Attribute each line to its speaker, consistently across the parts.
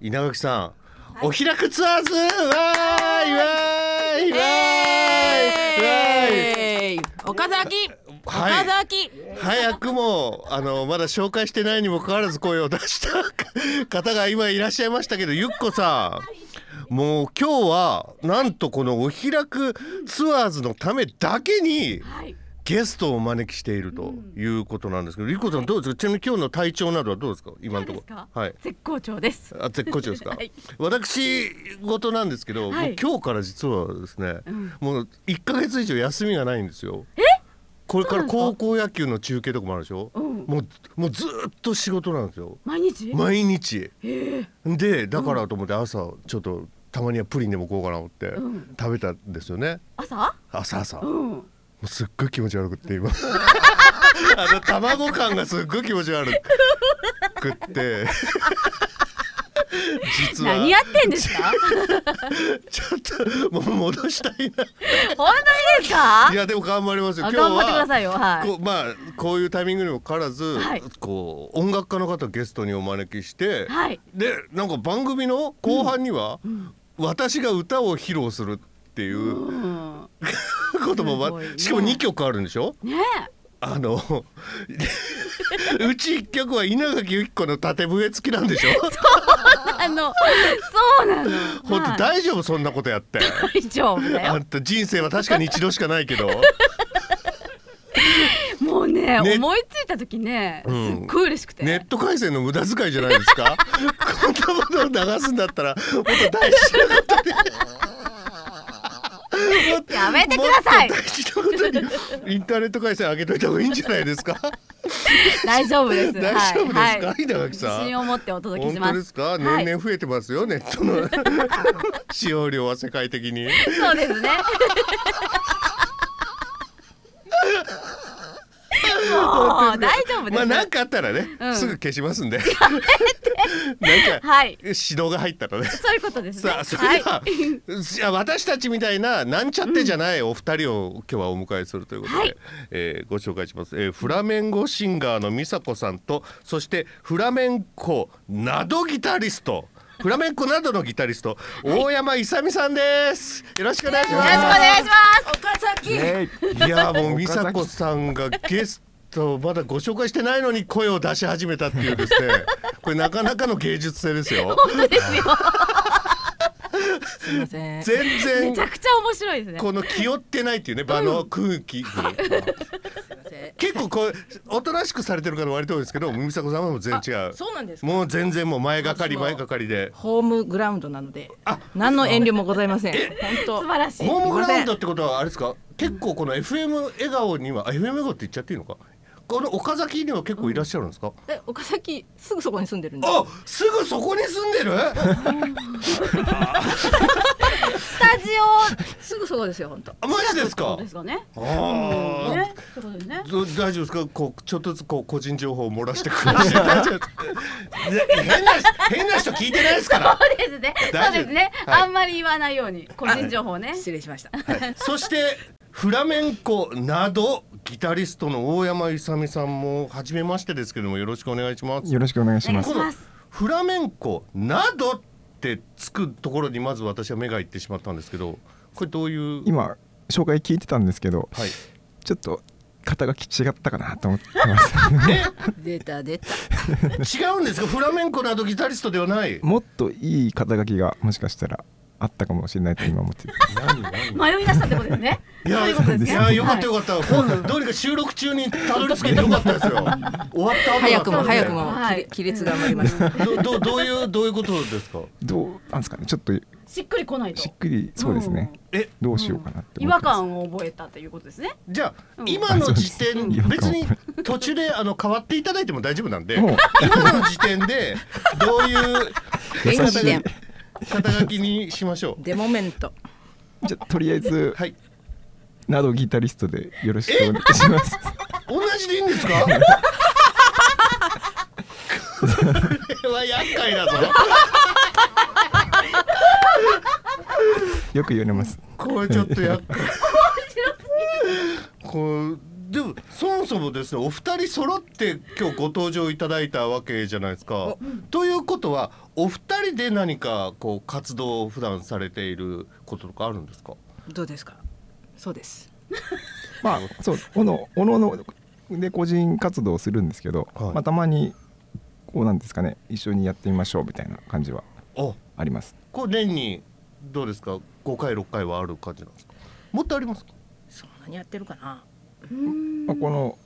Speaker 1: 稲垣さん、お開くツアーズわーいわーいわーいわーい
Speaker 2: えー、岡崎、
Speaker 1: はい
Speaker 2: 岡崎、
Speaker 1: 早くもあのまだ紹介してないにもかかわらず声を出した方が今いらっしゃいましたけどゆっこさんもう今日はなんとこの「お開くツアーズ」のためだけにゲストをお招きしているということなんですけどゆっこさんどうですかちなみに今日の体調などはどうですか今のところ。はい
Speaker 2: 絶好調です。
Speaker 1: あ絶好調ですか、
Speaker 2: はい
Speaker 1: 私事なんですけど、
Speaker 2: はい
Speaker 1: もう今日から実はですね、
Speaker 2: ん
Speaker 1: もう1か月以上休みがないんですよこれから
Speaker 2: そうな
Speaker 1: 高
Speaker 2: んです
Speaker 1: 校野球の中継とかもあるでしょ、
Speaker 2: うん
Speaker 1: もうもうずーっと仕事なんですよ
Speaker 2: 毎日？
Speaker 1: 毎日でだからと思って朝ちょっとたまにはプリンでも食おうかなと思って、
Speaker 2: ん
Speaker 1: 食べたんですよね
Speaker 2: 朝？
Speaker 1: 朝朝、
Speaker 2: う
Speaker 1: も
Speaker 2: ん。
Speaker 1: うすっごい気持ち悪くっ て今あの卵感がすっごい気持ち悪 くって実は
Speaker 2: 何やってんで すか？
Speaker 1: ちょっともう戻したいな。
Speaker 2: 本当にですか
Speaker 1: い？やでも頑張りますよ。
Speaker 2: あ
Speaker 1: 今日は
Speaker 2: 頑張ってくださいよはい
Speaker 1: こうまあこういうタイミングにもかかわらず、
Speaker 2: はい
Speaker 1: こう音楽家の方をゲストにお招きして、
Speaker 2: はい
Speaker 1: でなんか番組の後半には、私が歌を披露するっていうう
Speaker 2: ん。
Speaker 1: ことも、
Speaker 2: すごいね
Speaker 1: しかも2曲あるんでしょ？
Speaker 2: ね
Speaker 1: あの うち1曲は稲垣由紀子の縦笛付きなん でしょ？
Speaker 2: え、 あの、そうなの。
Speaker 1: 本当
Speaker 2: はい
Speaker 1: 大丈夫そんなことやって。
Speaker 2: 大丈夫だ
Speaker 1: あ
Speaker 2: よ。
Speaker 1: んた人生は確かに一度しかないけど。
Speaker 2: もうね
Speaker 1: ね
Speaker 2: 思いついた時ね、
Speaker 1: うん
Speaker 2: すっごい嬉しくて。
Speaker 1: ネット回線の無駄遣いじゃないですかこんなものを流すんだったらもっと大事なことに
Speaker 2: やめてください
Speaker 1: もっと大事なことにインターネット回線上げといた方がいいんじゃないです か
Speaker 2: 大丈夫です。
Speaker 1: 大丈夫ですか、
Speaker 2: はいはい
Speaker 1: 稲垣
Speaker 2: 自
Speaker 1: さん
Speaker 2: 信を持ってお届け
Speaker 1: 本
Speaker 2: しま
Speaker 1: 当です
Speaker 2: す。
Speaker 1: か
Speaker 2: は
Speaker 1: 年
Speaker 2: い
Speaker 1: 々増えてますよ、ネットの使用量は世界的に
Speaker 2: そうで すね。もう大丈夫です。
Speaker 1: まあ何かあったらね、
Speaker 2: うん
Speaker 1: すぐ消しますんでなんか、
Speaker 2: はい
Speaker 1: 指導が入ったらね
Speaker 2: そういうことですね。
Speaker 1: さあそれでは、
Speaker 2: はい
Speaker 1: じゃあ私たちみたいななんちゃってじゃないお二人を今日はお迎えするということで、
Speaker 2: はい
Speaker 1: えーご紹介します、えーフラメンゴシンガーの美佐子さんとそしてフラメンコなどギタリストフラメンコなどのギタリスト、大山いさみさんですよろしくお願いし
Speaker 2: よ
Speaker 1: ま
Speaker 2: ろ
Speaker 1: す、
Speaker 2: しくお願いします。
Speaker 3: 岡崎、
Speaker 4: ね
Speaker 1: いやーもう美佐子さんがゲストをまだご紹介してないのに声を出し始めたっていうですねこれなかなかの芸術性です よ
Speaker 2: 本当ですよ。
Speaker 3: すいません。
Speaker 1: 全然
Speaker 2: めちゃくちゃ面白いですね。
Speaker 1: この気負ってないっていうね場の空気に、結構こうおとなしくされてる方割と多いですけど美佐子さんはもう全然違う
Speaker 3: そうなんですか。
Speaker 1: もう全然もう前がかり
Speaker 3: そうそう
Speaker 1: 前がかりで
Speaker 3: ホームグラウンドなので、何の遠慮もございません。本
Speaker 2: 素晴らしい。
Speaker 1: ホームグラウンドってことはあれですか結構この FM 笑顔にはあ FM 笑顔って言っちゃっていいのかこの岡崎には結構いらっしゃるんですか、
Speaker 3: 当。え、岡崎すぐそこに住んでるんで。
Speaker 1: あすぐそこに住んでる
Speaker 2: スタジオ
Speaker 3: すぐそこですよ本当。
Speaker 1: あマジです
Speaker 2: そ
Speaker 1: か
Speaker 2: うですかね。
Speaker 1: あー
Speaker 2: ね、そういうことですね。
Speaker 1: ど大丈夫ですかこうちょっとずつこう個人情報を漏らしてくる大丈夫です変な変な人聞いてないですから
Speaker 2: そうですね。そ
Speaker 1: 大
Speaker 2: う
Speaker 1: 丈夫
Speaker 2: ですね。
Speaker 1: はい
Speaker 2: あんまり言わないように個人情報ね。
Speaker 3: 失礼しました。
Speaker 1: そしてフラメンコなどギタリストの大山いさみさんも初めましてですけどもよろしくお願いします。
Speaker 4: よろしくお願いします。
Speaker 1: このフラメンコなどってつくところにまず私は目がいってしまったんですけど、これどういう
Speaker 4: 今紹介聞いてたんですけど、
Speaker 1: はい。
Speaker 4: ちょっと肩書き違ったかなと思ってます。
Speaker 3: 出た出た。
Speaker 1: 違うんですかフラメンコなどギタリストではない。
Speaker 4: もっといい肩書きがもしかしたらあったかもしれないと今思ってる。
Speaker 2: 迷い出したってことですね。
Speaker 1: いや
Speaker 2: そういうことです
Speaker 1: い
Speaker 2: ね。
Speaker 1: やよかったよ
Speaker 2: は
Speaker 1: かった、どうにか収録中にたどり着けてよかったですよ終わった後だったんで
Speaker 3: 早くも早くも
Speaker 2: はい
Speaker 3: 亀裂亀裂が生まれました。
Speaker 1: どどどういうどういうことですか
Speaker 4: どうなんですかね。ちょっと
Speaker 2: いしっくりこないと
Speaker 4: しっ。くりそうですね。
Speaker 1: え
Speaker 4: どうしようかなって
Speaker 2: 違
Speaker 4: 思
Speaker 2: 和
Speaker 4: ってます。
Speaker 2: 感を覚えたということですね。
Speaker 1: じゃあ、
Speaker 2: うん
Speaker 1: 今の時点
Speaker 4: あそうで
Speaker 1: 別
Speaker 4: す
Speaker 1: に途中であの変わっていただいても大丈夫なんで
Speaker 4: もう
Speaker 1: 今の時点でどういう
Speaker 3: 現
Speaker 1: 肩
Speaker 3: 時点
Speaker 1: 書き肩書きにしましょ
Speaker 3: デモメント。
Speaker 4: じゃとりあえ
Speaker 1: う
Speaker 4: ず
Speaker 1: はい
Speaker 4: などギタリストでよろしくお願いします。
Speaker 1: 同じでいいんですか これは厄介だぞ
Speaker 4: よく言われます。
Speaker 1: これちょっと厄介 こうでもそもそもですねお二人揃って今日ご登場いただいたわけじゃないですか。というこことはお二人で何かこう活動を普段されていることとかあるんですか
Speaker 3: どうですかそうです
Speaker 4: まあそうおのおのおので個人活動をするんですけど、
Speaker 1: はい
Speaker 4: まあ、たまにこうなんですかね一緒にやってみましょうみたいな感じは
Speaker 1: お
Speaker 4: あります
Speaker 1: こう年にどうですか5回6回はある感じなんですかもっとありますか
Speaker 3: そんなにやってるかな
Speaker 2: うん
Speaker 4: まあ、この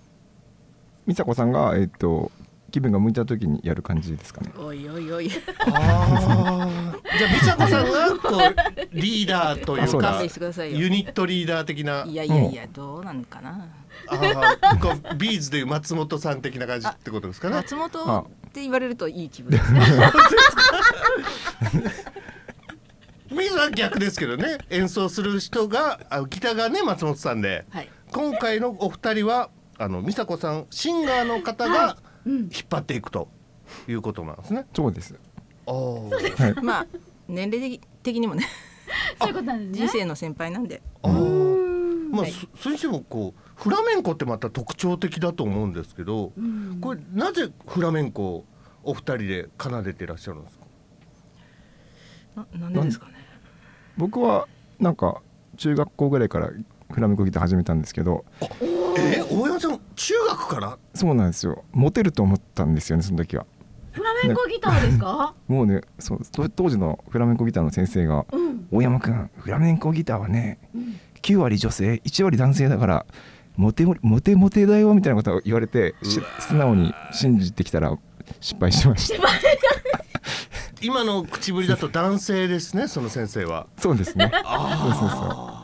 Speaker 4: 美佐子さんが、えっと気分が向いた時にやる感じですかね。
Speaker 3: おいおいおい
Speaker 1: あ あじゃあ美佐子さんがこうリーダーとい
Speaker 4: あ
Speaker 1: う
Speaker 4: そうだ
Speaker 1: か
Speaker 3: 勘弁してくださいよ
Speaker 1: ユニットリーダー的ない
Speaker 3: やいやいやどうなんかな
Speaker 1: あーこうビーズでいう松本さん的な感じってことですかね
Speaker 3: 松本って言われるといい気 分ですね
Speaker 1: 水は逆ですけどね演奏する人があギターがね松本さんで
Speaker 3: はい
Speaker 1: 今回のお二人はあの美佐子さんシンガーの方が引っ張っていくということなんですね。
Speaker 4: そうです。
Speaker 1: あー
Speaker 4: はい。
Speaker 3: まあ年齢的にもね
Speaker 2: そういうことなんですね
Speaker 3: 人生の先輩なんで
Speaker 1: あーまあ、
Speaker 3: はい
Speaker 1: そそれにしてもこうフラメンコってまた特徴的だと思うんですけど、
Speaker 2: うん
Speaker 1: これなぜフラメンコをお二人で奏でていらっしゃるんですか
Speaker 3: ななんでですかね
Speaker 4: 僕はなんか中学校ぐらいからフラメンコギター始めたんですけど、
Speaker 1: えー、大山さん中学から
Speaker 4: そうなんですよ。モテると思ったんですよねその時は。
Speaker 2: フラメンコギターですか
Speaker 4: もうね、そうと当時のフラメンコギターの先生が
Speaker 2: うん
Speaker 4: 大山くんフラメンコギターはね、9割女性1割男性だからモテモテモテだよみたいなことを言われてし素直に信じてきたら失敗しました。
Speaker 1: 今の口ぶりだと男性ですねその先生は。
Speaker 4: そうですね。そうそうそう。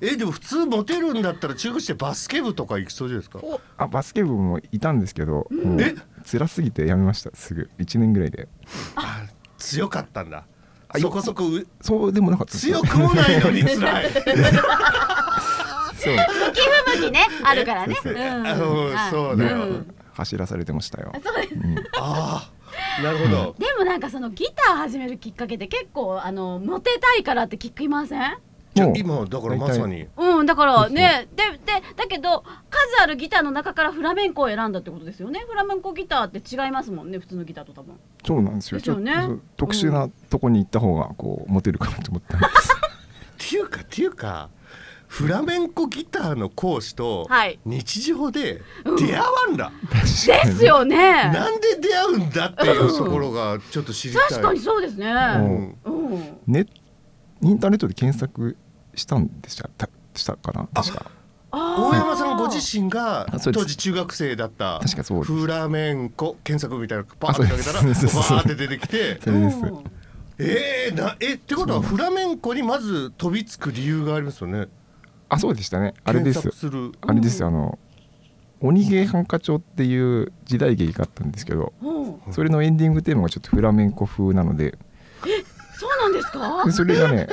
Speaker 1: えでも普通モテるんだったら中学生バスケ部とか行きそうじゃないですか
Speaker 4: あバスケ部もいたんですけど、もう
Speaker 1: え
Speaker 4: 辛すぎてやめましたすぐ1年ぐらいで
Speaker 1: あ強かったんだ
Speaker 4: あ
Speaker 1: そこそこう
Speaker 4: そうでもなかったです
Speaker 1: 強くもないのに辛 い
Speaker 2: 向
Speaker 4: そう
Speaker 2: き不向きねあるからね
Speaker 4: そう
Speaker 2: う
Speaker 4: そうん
Speaker 1: あの
Speaker 2: はい
Speaker 1: そうだよ、
Speaker 2: ん
Speaker 4: 走らされてましたよ
Speaker 2: あ、そうです
Speaker 1: ああなるほど、
Speaker 2: でもなんかそのギター始めるきっかけで結構あのモテたいからって聞きません
Speaker 1: じゃあ
Speaker 4: もう
Speaker 1: 今だからまさに
Speaker 2: うんだからねででだけど数あるギターの中からフラメンコを選んだってことですよねフラメンコギターって違いますもんね普通のギターと多分
Speaker 4: そうなんですよ
Speaker 2: ですよね
Speaker 4: ちょっとそう特殊なとこに行った方がこうモテるかなと思ったんです
Speaker 1: っていうかっていうかフラメンコギターの講師と
Speaker 2: はい
Speaker 1: 日常で出会わんだ、
Speaker 4: 確か
Speaker 2: で
Speaker 4: に
Speaker 2: すよね
Speaker 1: なんで出会うんだっていうところがちょっと知りたい
Speaker 2: 確かにそうですね
Speaker 1: うん
Speaker 2: うん
Speaker 4: ねインターネットで検索したんでしたたしたかな確か
Speaker 2: あ
Speaker 1: 大
Speaker 2: ー
Speaker 1: 山さんご自身が
Speaker 4: あそ
Speaker 1: 当
Speaker 4: うで
Speaker 1: 時
Speaker 4: す
Speaker 1: 中学生だった
Speaker 4: 確かそうです
Speaker 1: フラメンコ検索みたいなのパーって
Speaker 4: あ
Speaker 1: か
Speaker 4: そう
Speaker 1: けたらバ
Speaker 4: ですそうそうそう
Speaker 1: ーって出てきて
Speaker 4: それです
Speaker 2: うん
Speaker 1: えー、なえってことはフラメンコにまず飛びつく理由がありますよね
Speaker 4: あそうでしたねあれです
Speaker 1: 検索する
Speaker 4: あれですよあの鬼芸繁華町っていう時代劇があったんですけど
Speaker 2: うん
Speaker 4: それのエンディングテーマがちょっとフラメンコ風なので
Speaker 2: そうなんですか
Speaker 4: でそれがね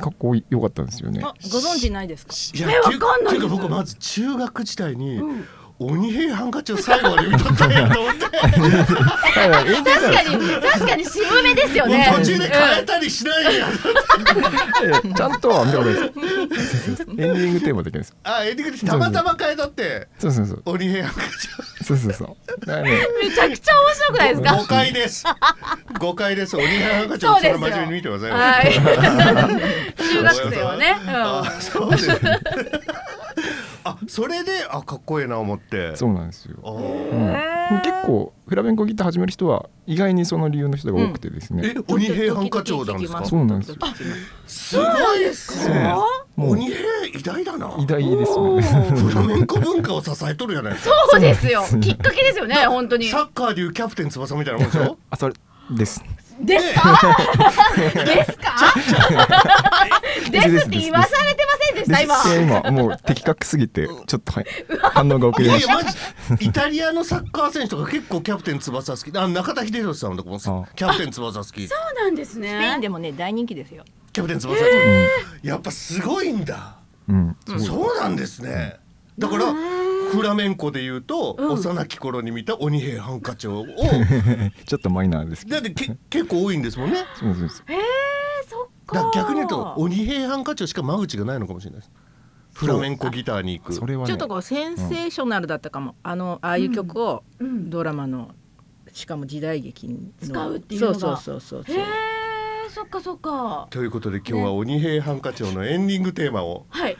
Speaker 4: かっこよかったんですよね
Speaker 3: あご存知ないですか
Speaker 1: いや
Speaker 2: え
Speaker 1: ってう
Speaker 2: わかんない
Speaker 1: っていう
Speaker 2: です
Speaker 1: か僕まず中学時代に、
Speaker 2: うん
Speaker 1: 鬼平ハンカチを最後まで見とったんやと 思って
Speaker 2: 確かに確かに渋めですよね
Speaker 1: 途中で変えたりしないんや、
Speaker 4: ちゃんとは見たことないですエンディングテーマだけです
Speaker 1: あエンディングでたまたま変えたって
Speaker 4: そうそうそう
Speaker 1: 鬼平ハンカチ
Speaker 4: そうそうそうだからね
Speaker 2: めちゃくちゃ面白くないですか
Speaker 1: 誤解です誤解です鬼平ハンカチを
Speaker 2: そう
Speaker 1: そ
Speaker 2: で
Speaker 1: れ
Speaker 2: すよ。
Speaker 1: 真面目に見てください
Speaker 2: はい。中学生はね。
Speaker 1: あーそうです ねあそれであかっこいいな思って
Speaker 4: そうなんですよ、
Speaker 1: あー
Speaker 4: うん、結構フラメンコギター始める人は意外にその理由の人が多くてですね
Speaker 1: え、鬼平犯科長なんですか
Speaker 4: すそうなんですよ
Speaker 1: すごいですね
Speaker 4: もう
Speaker 1: 鬼平偉大だな
Speaker 4: 偉大です
Speaker 2: うん。お
Speaker 4: ね
Speaker 2: ー
Speaker 1: フラメンコ文化を支えとるじゃないですか
Speaker 2: そうですよ。きっかけですよね、本当に。
Speaker 1: サッカーでいうキャプテン翼みたいなもんでしょ
Speaker 4: あそれです
Speaker 2: ですか。です か。ですって言わされてませんでした、今。
Speaker 4: いや今もう的確すぎてちょっとはい反応が遅
Speaker 1: い
Speaker 4: れ
Speaker 1: や
Speaker 4: ま
Speaker 1: い
Speaker 4: し
Speaker 1: や
Speaker 4: た
Speaker 1: マジイタリアのサッカー選手とか結構キャプテン翼好きあ中田英寿さんとかもさ
Speaker 4: あ
Speaker 1: キャプテン翼好きキ
Speaker 2: そうなんです
Speaker 3: スペイン
Speaker 2: ね。
Speaker 3: でもね大人気ですよ
Speaker 1: ャプテン翼好き、やっぱすごいんだ
Speaker 4: うん
Speaker 1: そうなんですね。だからフラメンコで言うと、幼き頃に見た鬼平犯科 帳を
Speaker 4: ちょっとマイナーですけ
Speaker 1: だ
Speaker 4: ど
Speaker 1: ってけ結構多いんですもんね。
Speaker 4: そうそうそう
Speaker 2: ええ、そっ
Speaker 1: だから
Speaker 2: か。
Speaker 1: 逆に言うと鬼平犯科帳しか間口がないのかもしれないです。フラメンコギターに行く。
Speaker 4: それはね
Speaker 3: ちょっとこうセンセーショナルだったかも、あのああいう曲を
Speaker 2: うん
Speaker 3: ドラマの
Speaker 5: しかも時代劇に
Speaker 2: 使うっていうのが
Speaker 5: そうそうそうそう
Speaker 2: へえそっかそっか
Speaker 1: ということで今日は鬼平犯科帳のエンディングテーマを
Speaker 2: はい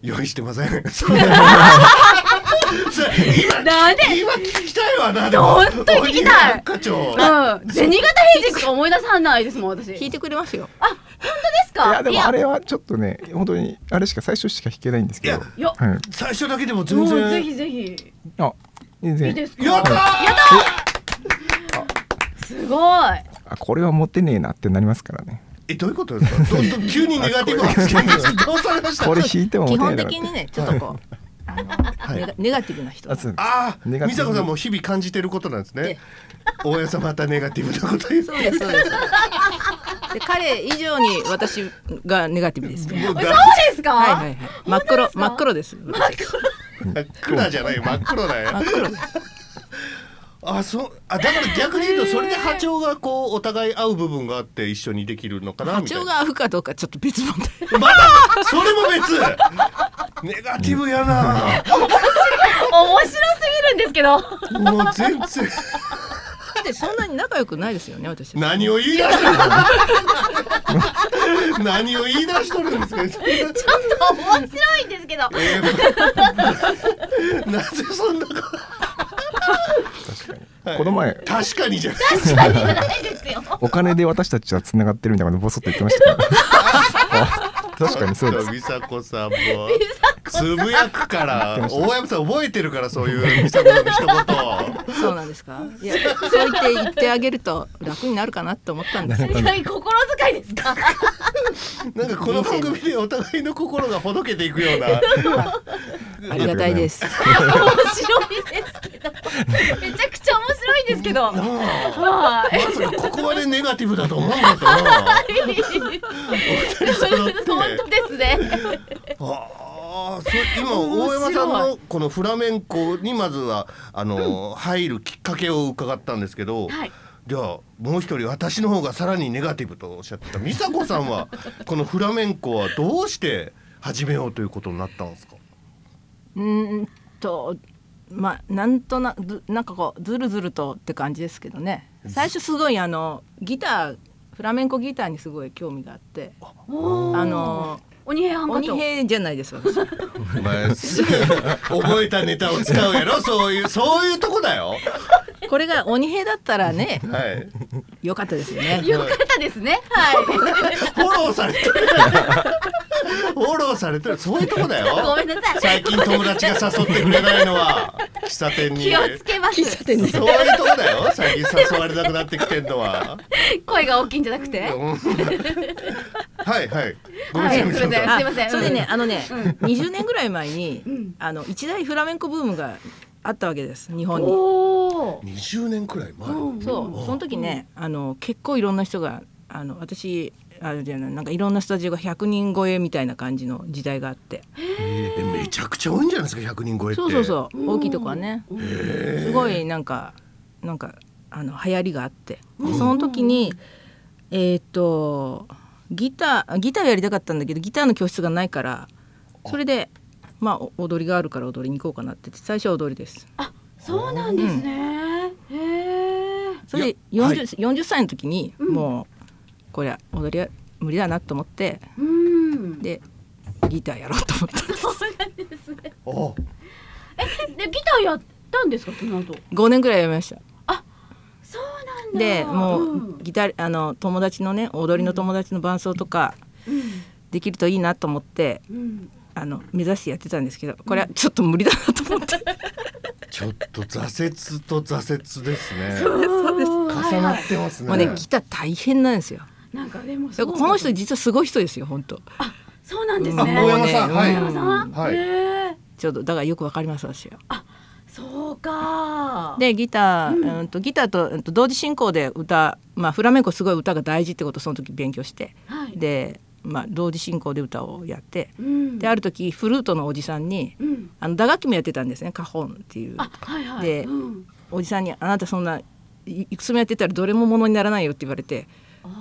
Speaker 1: 用意してません。 そうそれ今
Speaker 2: なんで
Speaker 1: 今聞きたいわなでも。
Speaker 2: 本当に聞きたい
Speaker 1: 鬼平犯科帳。
Speaker 2: うん銭形平次しか思い出さないですもん私
Speaker 3: 聞いてくれますよ
Speaker 2: です
Speaker 4: い
Speaker 2: か
Speaker 4: やでもあれはちょっとね本当にあれしか最初しか弾けないんですけど
Speaker 1: いや
Speaker 2: いや
Speaker 4: はい、
Speaker 1: 最初だけでも
Speaker 2: も
Speaker 1: 全
Speaker 2: うぜ
Speaker 1: 然。
Speaker 2: ひぜひ
Speaker 4: あ全
Speaker 2: い
Speaker 4: 然
Speaker 2: いですか
Speaker 1: やったー。
Speaker 2: すごい
Speaker 4: あこれは持ってねえなってなりますからね
Speaker 1: えどういうことですか。どんどん急にネガティブがつけてる。どうされま した。
Speaker 4: これ弾いても持
Speaker 5: 基
Speaker 4: てねえ
Speaker 5: 本
Speaker 4: だろ
Speaker 5: 的にねちょっとこう、あの
Speaker 1: い
Speaker 5: ネガネガティブな人
Speaker 4: あそう
Speaker 1: ああ、
Speaker 4: ネガティ
Speaker 1: 美
Speaker 4: ブ
Speaker 1: 佐子さんも日々感じてることなんです
Speaker 5: え
Speaker 1: ね
Speaker 5: え。
Speaker 1: 大家さんまたネガティブなこと言う。
Speaker 5: そうですそうですで彼以上に私がネガティブです
Speaker 1: もう
Speaker 2: そう
Speaker 1: だ
Speaker 2: ですか、
Speaker 5: はいはいはい真っ黒真っ黒です
Speaker 1: 真っ暗じゃない真っ黒だよ
Speaker 5: 真っ黒です
Speaker 1: あそうあだから逆に言うとそれで波長がこうお互い合う部分があって一緒にできるのかな
Speaker 5: 波
Speaker 1: みたい
Speaker 5: 長
Speaker 1: な
Speaker 5: が合うかどうかちょっと別 問題
Speaker 1: またそれも別ネガティブやな
Speaker 2: 面白すぎるんですけど
Speaker 1: もう全然
Speaker 5: だってそんなに仲良くないですよね私
Speaker 1: 何を言い出してるの何を言い出しとるんですか
Speaker 2: ちょっと面白いんです けど
Speaker 1: えーなぜそんなことはい
Speaker 4: この前
Speaker 1: 確かにじゃない
Speaker 2: 何もないですよ
Speaker 4: お金で私たちはつながってるみたいなことボソッと言ってましたから、ね、 あ確かにそうです
Speaker 1: 美佐子さんもつぶやくから大山さん覚えてるからそういう美佐子さんの 一言を
Speaker 5: そうなんですかいやそう言って言ってあげると楽になるかなって思ったんですよ
Speaker 2: すごい心遣いですか
Speaker 1: なんかこの番組でお互いの心がほどけていくような
Speaker 5: ありがたいです
Speaker 2: 面白いですけどめちゃくちゃ面白いんですけどはい
Speaker 1: まさかここまでネガティブだと思うんだったな
Speaker 2: 本当ですね
Speaker 1: あーそう今大山さんのこのフラメンコにまずはあの、入るきっかけを伺ったんですけど、
Speaker 2: はい
Speaker 1: じゃあもう一人私の方がさらにネガティブとおっしゃってた美佐子さんはこのフラメンコはどうして始めようということになったんですか
Speaker 5: うーんとまあなんとなずなんかこうずるずるとって感じですけどね最初すごいあのギターフラメンコギターにすごい興味があってあの
Speaker 2: 鬼平犯科
Speaker 5: 鬼
Speaker 2: 長
Speaker 5: 平じゃないです私
Speaker 1: お前すぐ覚えたネタを使うやろそういうそういうとこだよ。
Speaker 5: これが鬼平だったらね
Speaker 1: はい
Speaker 5: 良かったですよね
Speaker 2: よかったですねはい
Speaker 1: フォローされてる。フォローされてる。そういうとこだよ。
Speaker 2: ごめんなさい
Speaker 1: 最近友達が誘ってくれないのは喫茶店に。
Speaker 2: 気をつけます
Speaker 1: そういうとこだよ。最近誘われなくなってきてんのは。
Speaker 2: 声が大きいんじゃなくて
Speaker 1: うんはいはい。ごめんな
Speaker 2: は
Speaker 1: さい。
Speaker 2: い
Speaker 1: み
Speaker 2: すいません
Speaker 5: あ
Speaker 2: すいません
Speaker 5: それでねあのね
Speaker 2: うん
Speaker 5: 20年ぐらい前に
Speaker 2: ん
Speaker 5: あの一大フラメンコブームがあったわけです日本に
Speaker 2: おー
Speaker 1: 二十年くらい前。
Speaker 5: そうその時ねあの結構いろんな人があの私あれじゃないなんかいろんなスタジオが100人超えみたいな感じの時代があって
Speaker 1: えめちゃくちゃ多いんじゃないですか。百人超えって。
Speaker 5: そうそうそう大きいとこはね
Speaker 1: へー
Speaker 5: すごいなんかなんかあの流行りがあってでその時にえーっとギターギターやりたかったんだけどギターの教室がないからそれでまあお踊りがあるから踊りに行こうかなって言って最初は踊りです
Speaker 2: そうなんですねへー
Speaker 5: それで
Speaker 1: いや
Speaker 5: 40,、40歳の時にもうこれ踊りは無理だなと思って
Speaker 2: うん
Speaker 5: でギターやろうと思った
Speaker 2: そうなんですね
Speaker 1: お。
Speaker 2: えでギターやったんですかその後
Speaker 5: 5年ぐらいやめました
Speaker 2: そうなんだ
Speaker 5: でも
Speaker 2: ん
Speaker 5: うギターあの友達のね踊りの友達の伴奏とかできるといいなと思って
Speaker 2: うん
Speaker 5: あの目指してやってたんですけどこれはちょっと無理だなと思って
Speaker 1: ちょっと挫折と挫折ですね。
Speaker 5: そうです
Speaker 2: 重
Speaker 1: 重なってますね。
Speaker 5: もうねギター大変なんですよ
Speaker 2: なんかでも
Speaker 5: で
Speaker 2: そう
Speaker 5: この人実はすごい人ですよ本当
Speaker 2: そうなんです
Speaker 1: あ
Speaker 2: ね
Speaker 1: 大山さん
Speaker 5: もうね
Speaker 1: はい
Speaker 2: 大山さん
Speaker 1: はい
Speaker 2: へー
Speaker 5: ちょうどだからよくわかります私は
Speaker 2: そうか
Speaker 5: でギター、うん、とギターとうんと同時進行で歌、まあ、フラメンコすごい歌が大事ってことをその時勉強して
Speaker 2: はい
Speaker 5: で、まあ、同時進行で歌をやって
Speaker 2: うん
Speaker 5: である時フルートのおじさんに
Speaker 2: うん
Speaker 5: あの打楽器もやってたんですねカホンっていう
Speaker 2: あはいはい
Speaker 5: で
Speaker 2: うん
Speaker 5: おじさんに「あなたそんないいくつもやってたらどれもものにならないよ」って言われて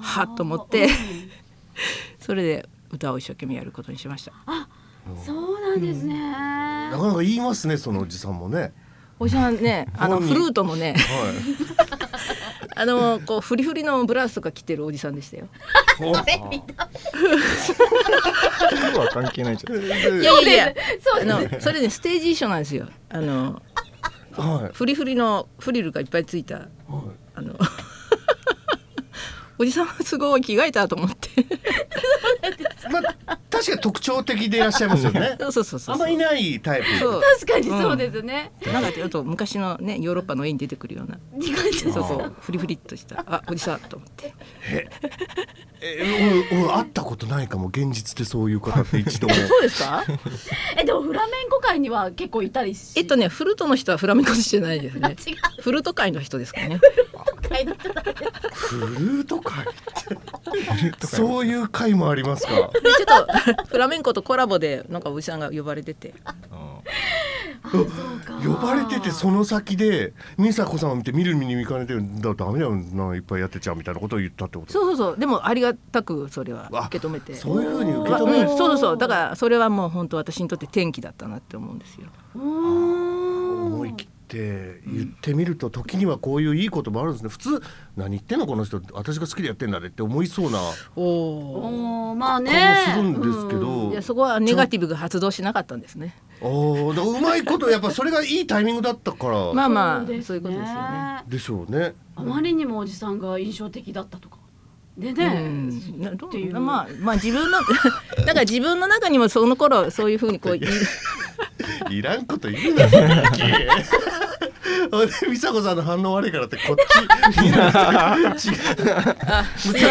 Speaker 5: はっと思ってそれで歌を一生懸命やることにしました
Speaker 2: うんそうなんですね
Speaker 1: なかなか言いますね。そのおじさんもね。
Speaker 5: おじさんねあの
Speaker 1: 本
Speaker 5: フ
Speaker 1: 人
Speaker 5: ルートもね
Speaker 1: はい。
Speaker 5: あのこうフリフリのブラウスとか着てるおじさんでしたよ。
Speaker 4: 今日は関係ないじゃん。
Speaker 5: いやいやいや
Speaker 2: そう
Speaker 5: あ
Speaker 2: です
Speaker 5: のそれねステージ衣装なんですよ。あの
Speaker 1: は
Speaker 5: フリフリのフリルがいっぱいついたあの おじさんはすごい着替えたと思って。
Speaker 1: い。まあ確かに特徴的でいらっしゃいますよね。
Speaker 5: そうそうそうそ
Speaker 1: あ
Speaker 5: うん
Speaker 1: まいないタイプ。
Speaker 5: そう
Speaker 2: 確かにそうですね、
Speaker 5: なんかちょっと昔のねヨーロッパの絵に出てくるような
Speaker 2: 苦手です
Speaker 5: そうそうフリフリっとしたあおじさんと思って
Speaker 1: え、うん、うん、会ったことないかも。現実でそういう方って一度も。
Speaker 5: そうですか
Speaker 2: えでもフラメンコ界には結構いたりし
Speaker 5: えっとねフルートの人はフラメンコじゃないですね
Speaker 2: 違う
Speaker 5: フルート界の人ですか ね
Speaker 2: 界の人だ
Speaker 1: フルート会って。そういう会もありますか。
Speaker 5: でちょっとフラメンコとコラボでなんかおじさんが呼ばれてて
Speaker 1: 呼ばれててその先で美佐子さんを見て見る見に見かねてるんだダメだよないっぱいやってちゃうみたいなことを言ったってこと
Speaker 5: そうそうそうでもありがたくそれは
Speaker 1: あ
Speaker 5: 受け止めて
Speaker 1: そういうふうに受け
Speaker 5: まあ
Speaker 1: 止
Speaker 5: うん
Speaker 1: める、
Speaker 5: そうそうそうだからそれはもう本当私にとって転機だったなって思うんですよ
Speaker 1: 思い切って言ってみると時にはこういういいこともあるんですね普通何言ってんのこの人私が好きでやってんだねって思いそうな
Speaker 5: おお
Speaker 2: おーまあね
Speaker 1: 顔もするんですけど、
Speaker 5: いやそこはネガティブが発動しなかったんですね
Speaker 1: おーだからうまいことやっぱそれがいいタイミングだったから、
Speaker 5: まあまあ
Speaker 2: で
Speaker 5: そういうことですよね
Speaker 1: でしょうね
Speaker 2: あまりにもおじさんが印象的だったとかでね、
Speaker 5: うんなど
Speaker 2: っていう
Speaker 5: うまあまあ自分の だから自分の中にもその頃そういうふうにこうい
Speaker 1: いらんこと言うなそんな気俺美佐子さんの反応悪いからってこっちになって違う
Speaker 5: すいま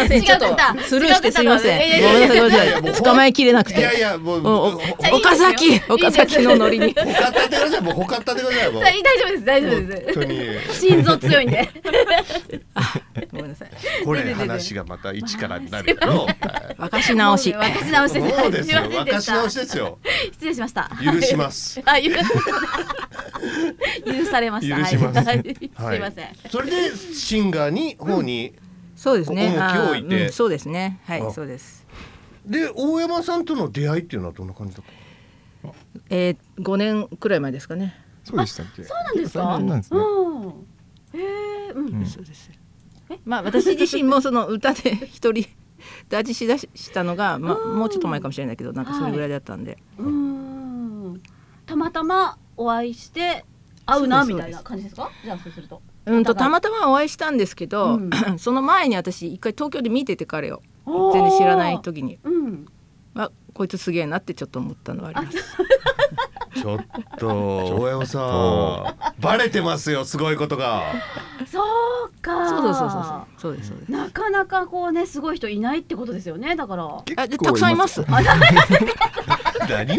Speaker 5: せんちょっ
Speaker 2: 違ってた
Speaker 5: とスルーしてすいませ
Speaker 2: 違って
Speaker 5: ん
Speaker 2: た
Speaker 5: ごめんなさい
Speaker 1: やいやも
Speaker 5: ごめんないさ
Speaker 1: う
Speaker 5: い捕まえきれなく
Speaker 1: いやい
Speaker 5: て
Speaker 1: やもう
Speaker 5: おお
Speaker 2: やいい
Speaker 5: 岡
Speaker 2: いい
Speaker 5: 崎
Speaker 2: ですよ
Speaker 5: 岡崎のノリに
Speaker 1: ほかったってくださいもうほかったってくださいもう
Speaker 2: 大丈夫です大丈夫
Speaker 1: 本
Speaker 2: で
Speaker 1: 当に
Speaker 2: す心臓強いんで
Speaker 5: ごめんなさい
Speaker 1: これ話がまた一からになるよ
Speaker 5: 若し直 し
Speaker 2: もう私直しです
Speaker 1: そうですよ
Speaker 2: すいませんでした
Speaker 1: 若し直しですよ
Speaker 2: 失礼しました
Speaker 1: 許します
Speaker 2: あ許す許されました
Speaker 1: 許します
Speaker 2: はい、 はいすいません、
Speaker 1: それでシンガーに方に、
Speaker 5: そうですね
Speaker 1: ここも
Speaker 5: あ
Speaker 1: 今日
Speaker 5: ー
Speaker 1: いて
Speaker 5: うんそうですねは
Speaker 1: あ
Speaker 5: いそうです
Speaker 1: で大山さんとの出会いっていうのはどんな感じだった
Speaker 5: えー5年くらい前ですかね
Speaker 4: そうでしたっけ。そう
Speaker 2: なんですか
Speaker 4: なんですね。
Speaker 2: うんへえうん
Speaker 4: うん
Speaker 5: そうですまあ 私自身もその歌で 一人立ちしだしたのがまあもうちょっと前かもしれないけどなんかそれぐらいだったんで
Speaker 2: うーんたまたまお会いして会うな
Speaker 5: そうです
Speaker 2: みたいな感じですかじゃあそうすると
Speaker 5: うんと
Speaker 2: お互
Speaker 5: た
Speaker 2: い
Speaker 5: またまお会いしたんですけど、
Speaker 2: うん
Speaker 5: その前に私一回東京で見てて彼を 全然知らない時に
Speaker 2: うん
Speaker 5: あこいつすげえなってちょっと思ったのはあります
Speaker 1: ちょっと大山さんバレてますよすごいことが
Speaker 2: そうか
Speaker 5: そうそうそうそうそうですそうです
Speaker 2: なかなかこうねすごい人いないってことですよねだから
Speaker 5: あでたくさんいますあ
Speaker 1: 何言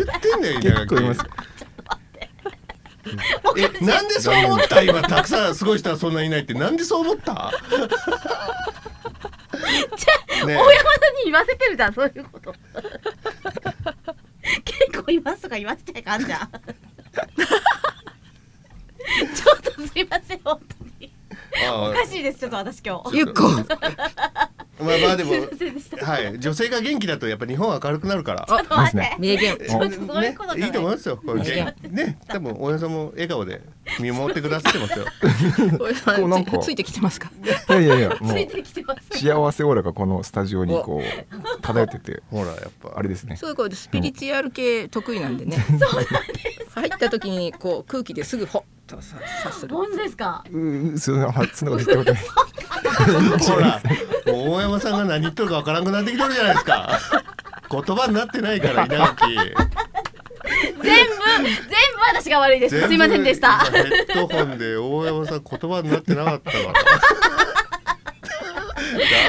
Speaker 1: ってんだよ
Speaker 4: 結構います。
Speaker 1: えなんでそう思った今たくさんすごい人はそんなにいないってなんでそう思ったねえ
Speaker 2: 大山さんに言わせてるじゃんそういうこと 結構いますとか言わせちゃい かんじゃんちょっとすいません本当に
Speaker 1: あ
Speaker 2: おかしいですちょっと私今日
Speaker 5: ゆっこ
Speaker 1: あまあまあですも
Speaker 2: いませんでした
Speaker 1: はい女性が元気だとやっぱ日本は明るくなるから
Speaker 2: ちょっと待って、
Speaker 4: です
Speaker 5: 名言
Speaker 1: え
Speaker 2: ちょっとそういうことじゃない
Speaker 1: ねいいと思いますよこれ
Speaker 5: いや
Speaker 1: ね多分大山さんも笑顔で見守ってくださってますよ
Speaker 4: うなんか
Speaker 5: つついてきてますか
Speaker 4: いやいやいや、も
Speaker 2: ついうてきてます
Speaker 4: 幸せオーラがこのスタジオにこう漂ってて、
Speaker 1: ほらやっぱ
Speaker 4: あれですね
Speaker 5: す。ごいこうスピリチュアル系得意なんでね入った時にこう空気ですぐほっとささする
Speaker 2: 本当ですか
Speaker 4: ううそんなはそんなこ と言ってことない。
Speaker 1: ほらもう大山さんが何言っとるかわからんくなってきてるじゃないですか言葉になってないから稲垣
Speaker 2: 全部全部私が悪い ですすいませんでした
Speaker 1: 全部ヘッドホンで大山さん言葉になってなかった から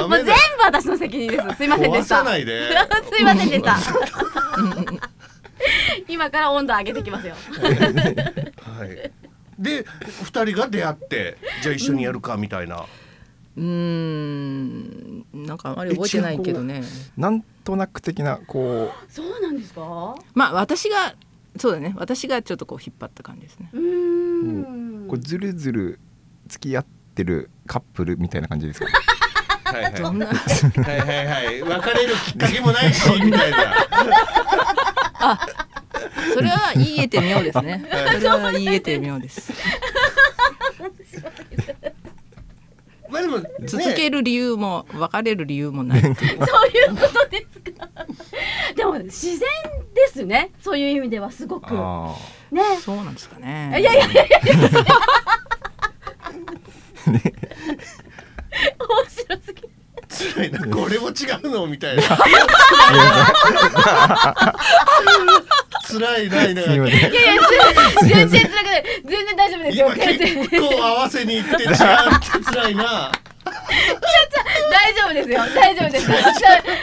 Speaker 1: ダ
Speaker 2: もう
Speaker 1: メ
Speaker 2: 全部
Speaker 1: だ
Speaker 2: 私の責任ですすいませんで
Speaker 1: 壊
Speaker 2: した
Speaker 1: さないで
Speaker 2: すいませんでした 今から温度上げてきますよ
Speaker 1: はいで二人が出会ってじゃあ一緒にやるかみたいな、
Speaker 5: うーんなんかあんまり覚えてないけどね
Speaker 4: なんとなく的なこ
Speaker 2: そうなんですか
Speaker 5: まあ私がそうだね私がちょっとこう引っ張った感じですね
Speaker 2: うーん
Speaker 4: うこうずるずる付き合ってるカップルみたいな感じですか。
Speaker 1: はいはい
Speaker 5: どんな
Speaker 1: はいはいはい別れるきっかけもないしみたいな
Speaker 5: それは言い得て妙ですね。それは言い得て妙です。
Speaker 1: ままあでも、ね、
Speaker 5: 続ける理由も別れる理由もない っていう
Speaker 2: そういうことですか。 でも自然ですね。そういう意味ではすごくね。
Speaker 4: あ
Speaker 5: そうなんですか
Speaker 2: い
Speaker 5: ね
Speaker 2: やいやいやいや。面白すぎる。
Speaker 1: 辛いなこれも違うのみたいな辛いな
Speaker 4: あすみ
Speaker 1: なんか
Speaker 4: ませ
Speaker 2: いやいや
Speaker 4: ん
Speaker 2: 全然全然辛くない。全然大丈夫ですよ。
Speaker 1: 今
Speaker 2: 全然
Speaker 1: 結構合わせにいって違うって辛いな
Speaker 2: 大丈夫ですよ。大丈夫です。私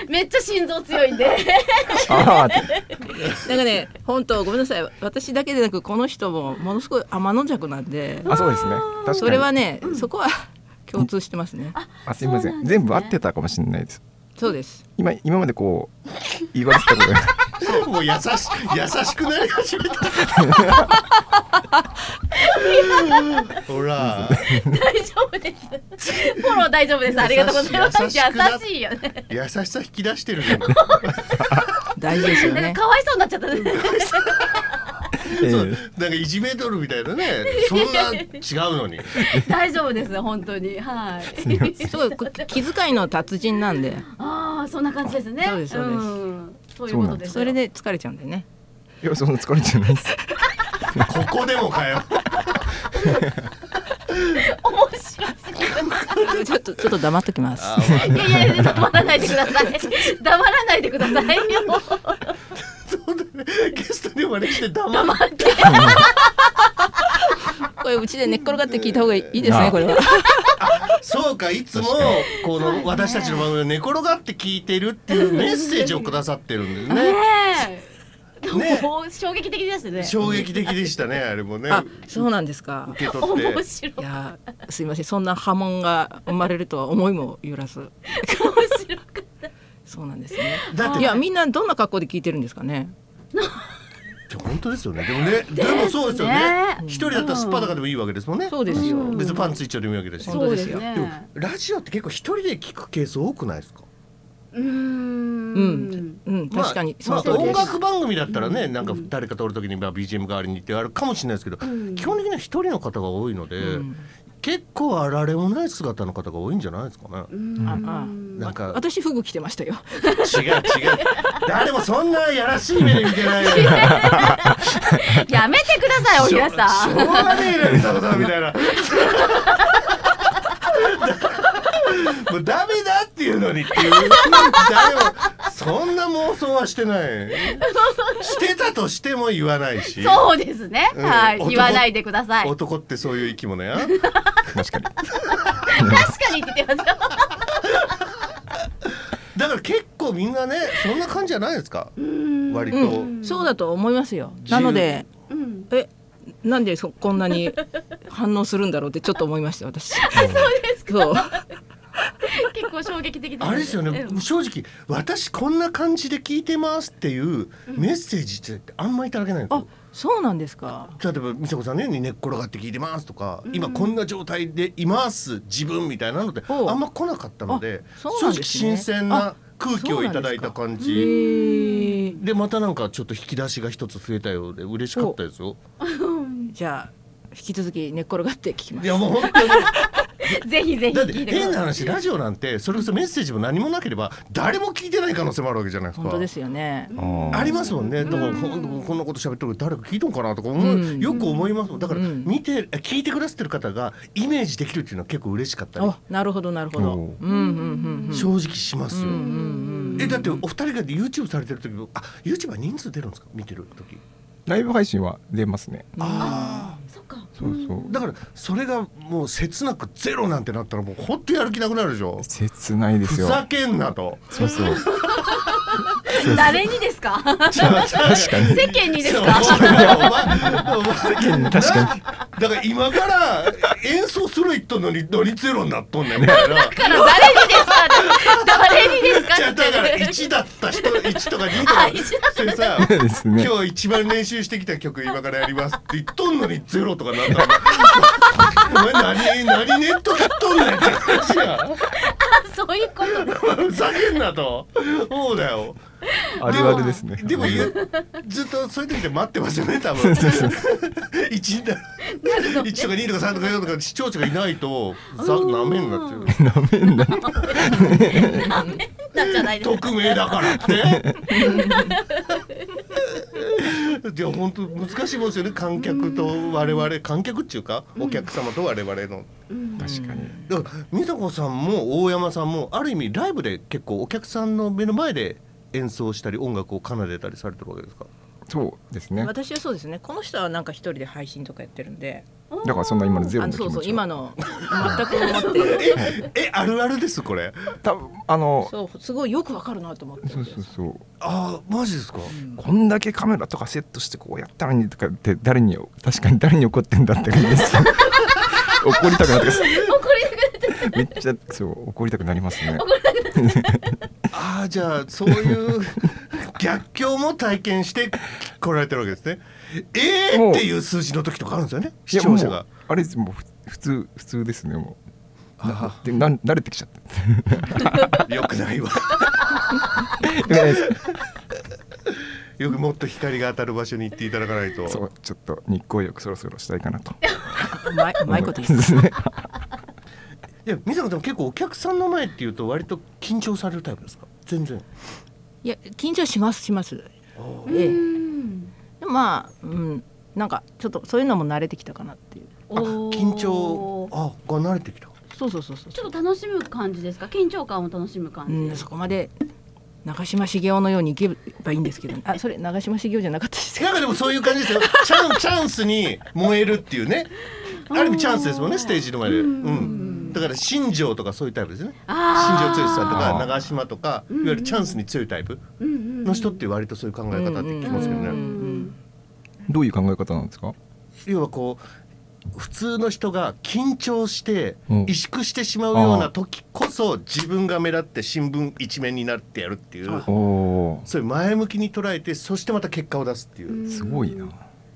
Speaker 2: めっちゃ心臓強いんで。
Speaker 4: あーって
Speaker 5: なんかね本当ごめんなさい私だけでなくこの人もものすごい天の弱なんで
Speaker 4: あそうですね確かに
Speaker 5: それはね、そこは 共通してますね
Speaker 4: あすみませ
Speaker 2: そうんなんですね
Speaker 4: 全部合ってたかもしれないです
Speaker 5: そうです
Speaker 4: 今今までこう言われてたことが
Speaker 1: もう優し優しくなり始めたほら
Speaker 2: 大丈夫です。フォロー大丈夫です。ありがとうございます。
Speaker 1: 優
Speaker 2: 優
Speaker 1: しくな
Speaker 2: しいよね。
Speaker 1: 優しさ引き出してるけど
Speaker 5: 大事ですよ
Speaker 2: なん
Speaker 5: ね
Speaker 2: かかわいそうになっちゃったね。
Speaker 4: え え
Speaker 1: そうなんかいじめとるみたいなねそんな違うのに
Speaker 2: 大丈夫です。本当に。はい。
Speaker 5: すごいこ気遣いの達人なんで
Speaker 2: ああ、そんな感じですね。
Speaker 5: そうですそうです
Speaker 2: んそういうことです。
Speaker 5: それ。で疲れちゃうんだよね
Speaker 4: いやそんな疲れてないです
Speaker 1: ここでもかよ
Speaker 2: 面白すぎる。
Speaker 5: ちょっとちょっと黙っときます
Speaker 1: あまあ
Speaker 2: いやいやいや黙らないでください。黙らないでくださいよ。
Speaker 1: そうだねゲストに真似して黙っ
Speaker 2: 黙って。
Speaker 5: これうちで寝っ転がって聞いた方がいいです
Speaker 4: あ
Speaker 5: ね
Speaker 4: あ
Speaker 5: これは
Speaker 1: そうかいつもこ
Speaker 2: そうです
Speaker 1: の
Speaker 2: ね
Speaker 1: 私たちの番組を寝転がって聞いてるっていうメッセージをくださってるんですね。
Speaker 2: ね
Speaker 1: ね
Speaker 2: え。もう衝撃的ですね。
Speaker 1: 衝撃的でしたねあれもね
Speaker 5: あそうなんですか
Speaker 1: 受け取って
Speaker 2: 面白い
Speaker 5: い。やすいませんそんな波紋が生まれるとは思いもよらず
Speaker 2: 面白かっ
Speaker 5: そうなんですね
Speaker 1: だって
Speaker 5: いやみんなどんな格好で聞いてるんですかね
Speaker 1: 本当ですよねでもねでもそうですよね
Speaker 2: ね
Speaker 1: 一人だったらすっぱだかでもいいわけですもんね
Speaker 5: そうですよ、
Speaker 2: うん。
Speaker 1: 別にパンツ一丁でもいいわけだしたで
Speaker 5: 本
Speaker 1: も
Speaker 5: 当ですよ
Speaker 2: ね
Speaker 1: ラジオって結構一人で聞くケース多くないですか
Speaker 2: うー
Speaker 5: うんん。、うん、
Speaker 1: まあ
Speaker 5: 確かに、
Speaker 1: まあ
Speaker 5: その通り
Speaker 1: 音
Speaker 5: です。
Speaker 1: 楽番組だったらねなんか誰かとる時にまあ BGM 代わりにってあるかもしれないですけど
Speaker 2: うん
Speaker 1: 基本的には一人の方が多いので
Speaker 5: うん
Speaker 1: 結構あられもない姿の方が多いんじゃないですかね
Speaker 2: うん
Speaker 5: あ
Speaker 1: な
Speaker 5: あ
Speaker 1: んか
Speaker 5: わ私服着てましたよ。
Speaker 1: 違う違う誰もそんなやらしい目で見て ないよ
Speaker 2: やめてください、おひらさん。
Speaker 1: しょうがねえな見たことはみたい なもうダメだっていうのにっていう誰もそんな妄想はしてないしてたとしても言わないし
Speaker 2: そうですね。
Speaker 1: うん
Speaker 2: はい、
Speaker 1: 男
Speaker 2: 言わないでください。
Speaker 1: 男ってそういう生き 物や
Speaker 4: 確かに
Speaker 2: 確かに言ってますよ。
Speaker 1: だから結構みんなねそんな感じじゃないですか割と、
Speaker 5: うん、そうだと思いますよ。なので、
Speaker 2: うん。
Speaker 5: え、なんでそこんなに反応するんだろうってちょっと思いました私。
Speaker 2: そうです。
Speaker 5: そう、
Speaker 2: 結構衝撃的
Speaker 1: あれですよね
Speaker 2: うん
Speaker 1: 正直私こんな感じで聞いてますっていうメッセージってあんまいただけないんですよ
Speaker 5: あ、そうなんですか。
Speaker 1: 例えば美佐子さんのように寝っ転がって聞いてますとか、今こんな状態でいます自分みたいなので
Speaker 5: おう
Speaker 1: あんま来なかったので
Speaker 5: あそうなん
Speaker 1: 正直
Speaker 5: です
Speaker 1: 新
Speaker 5: ね
Speaker 1: 鮮な空気をいただいた感
Speaker 5: へ
Speaker 1: じ
Speaker 5: ー
Speaker 1: でまたなんかちょっと引き出しが一つ増えたようで嬉しかったですよ。
Speaker 5: じゃあ引き続き寝っ転がって聞きま
Speaker 1: い
Speaker 5: す。
Speaker 1: やもう本当に
Speaker 2: ぜひぜひ
Speaker 1: だっ
Speaker 2: 聞
Speaker 1: て
Speaker 2: いてくださ
Speaker 1: 変
Speaker 2: い。
Speaker 1: な話ラジオなんてそれこそメッセージも何もなければ誰も聞いてない可能性もあるわけじゃないですか。
Speaker 5: 本当ですよね。
Speaker 4: あ
Speaker 1: あ
Speaker 4: ー
Speaker 1: りますもんね。だから本当こんなこと喋っとる誰か聞いとんかなとか思う、
Speaker 5: うん
Speaker 1: よく思いますもん。だから
Speaker 5: うん
Speaker 1: 見て聞いてくださってる方がイメージできるっていうのは結構嬉しかったり
Speaker 5: あ、なるほどなるほど。
Speaker 4: お
Speaker 5: う
Speaker 4: うん
Speaker 5: うんうんうん。
Speaker 1: 正直しますよ。
Speaker 5: うんうん
Speaker 1: えだってお二人が YouTube されてる時もあ YouTube は人数出るんですか見てる時
Speaker 4: ライブ配信は出ますね
Speaker 1: あ
Speaker 2: そっか。
Speaker 4: そうそう、
Speaker 1: だからそれがもう切なくゼロなんてなったらもうほんとやる気なくなるでしょ
Speaker 4: 切ないで
Speaker 1: ふ
Speaker 4: すよ
Speaker 1: ざけんなと
Speaker 4: そうそう
Speaker 2: 誰にですか。
Speaker 4: 確かに
Speaker 2: 世間にです
Speaker 1: そうお
Speaker 2: か。
Speaker 1: 前お前
Speaker 4: 間に 確か
Speaker 1: なだから今から演奏する言っとんのにノリゼロになっとんねんみたいな
Speaker 2: だから誰にですか。誰にですか。
Speaker 1: じゃあだから
Speaker 2: って
Speaker 1: 1だった人1とか2と
Speaker 2: あ
Speaker 1: か
Speaker 2: 一
Speaker 1: それさ
Speaker 4: そうですね
Speaker 1: 今日一番練習してきた曲今からやりますって言っとんのにゼロとかなったらお前何何ネットやっとんねんって話や
Speaker 2: そういうことで
Speaker 1: ふざけんなとそうだよ
Speaker 4: あるあるですね
Speaker 1: でもゆずっとそういう時で待ってますよね多 分一だ一とか二とか三とか四とか視聴者がいないとさ
Speaker 2: うん
Speaker 1: なめになっちゃう
Speaker 4: なめんな
Speaker 2: なんじゃないですか
Speaker 1: 匿名だから って。じゃあ本当難しいもんですよね観客と我々観客っていうかお客様と我々の。
Speaker 4: 確かに
Speaker 1: だから美佐子さんも大山さんもある意味ライブで結構お客さんの目の前で演奏したり音楽を奏でたりされてるわけですか。
Speaker 4: そうですね
Speaker 5: 私はそうですねこの人はなんか一人で配信とかやってるんで
Speaker 4: だからそんな今のゼロ
Speaker 5: あ
Speaker 4: の
Speaker 5: の
Speaker 4: 気持
Speaker 5: そうそう
Speaker 4: ちは
Speaker 5: 今の全く思って
Speaker 1: ええあるあるですこれ。
Speaker 4: 多分あの
Speaker 5: そうすごいよくわかるなと思って
Speaker 4: そうそうそう
Speaker 1: ああマジですか。
Speaker 4: こんだけカメラとかセットしてこうやったのにとかって誰に確かに誰に怒ってんだって感じですけど怒りたくなってます
Speaker 2: 怒りなくなっちゃっ
Speaker 4: めっちゃそう怒りたくなりますね
Speaker 1: ああじゃあそういう 逆境も体験して来られてるわけですね。えー、っていう数字の時とかあるんですよね視聴者
Speaker 4: いやも
Speaker 1: が
Speaker 4: う。あれですもうふ普通普通ですねも
Speaker 1: あ
Speaker 4: うなでな慣れてきちゃって
Speaker 1: よくないわ よくもっと光が当たる場所に行っていただかないと
Speaker 4: そうちょっと日光浴そろそろしたいかなと
Speaker 5: うまいうまいこと言
Speaker 4: で
Speaker 5: う
Speaker 4: すね
Speaker 1: いや水野さん結構お客さんの前っていうと割と緊張されるタイプですか全然
Speaker 5: いや緊張しますします
Speaker 1: あ
Speaker 5: ええ
Speaker 2: たうん
Speaker 5: でもまあうんなんかちょっとそういうのも慣れてきたかなっていう
Speaker 2: おー
Speaker 1: 緊張あが慣れてきた
Speaker 5: そうそうそうそう
Speaker 2: ちょっと楽しむ感じですか緊張感を楽しむ感
Speaker 5: う
Speaker 2: じ、
Speaker 5: ん、そこまで長嶋茂雄のようにいけばいいんですけど、あ、それ長嶋茂雄じゃなかったですけど。
Speaker 1: なんかでもそういう感じですよチャンチャンスに燃えるっていうねある意味チャンスですもんねステージの前で
Speaker 2: うん
Speaker 1: うんだから新庄とかそういうタイプですね新庄
Speaker 2: あ
Speaker 1: 剛志さんとか
Speaker 4: あー
Speaker 1: 長嶋とかいわゆるチャンスに強いタイプ
Speaker 2: んうんうん
Speaker 1: の人って割とそういう考え方って聞きますけどね、
Speaker 5: うん
Speaker 4: どういう考え方なんですか
Speaker 1: 要はこう普通の人が緊張して
Speaker 4: うん
Speaker 1: 萎縮してしまうよう
Speaker 4: あ
Speaker 1: な
Speaker 4: あ
Speaker 1: 時こそ自分が目立って新聞一面になってやるっていう
Speaker 4: おお
Speaker 1: そういう前向きに捉えてそしてまた結果を出すっていう
Speaker 4: すごいな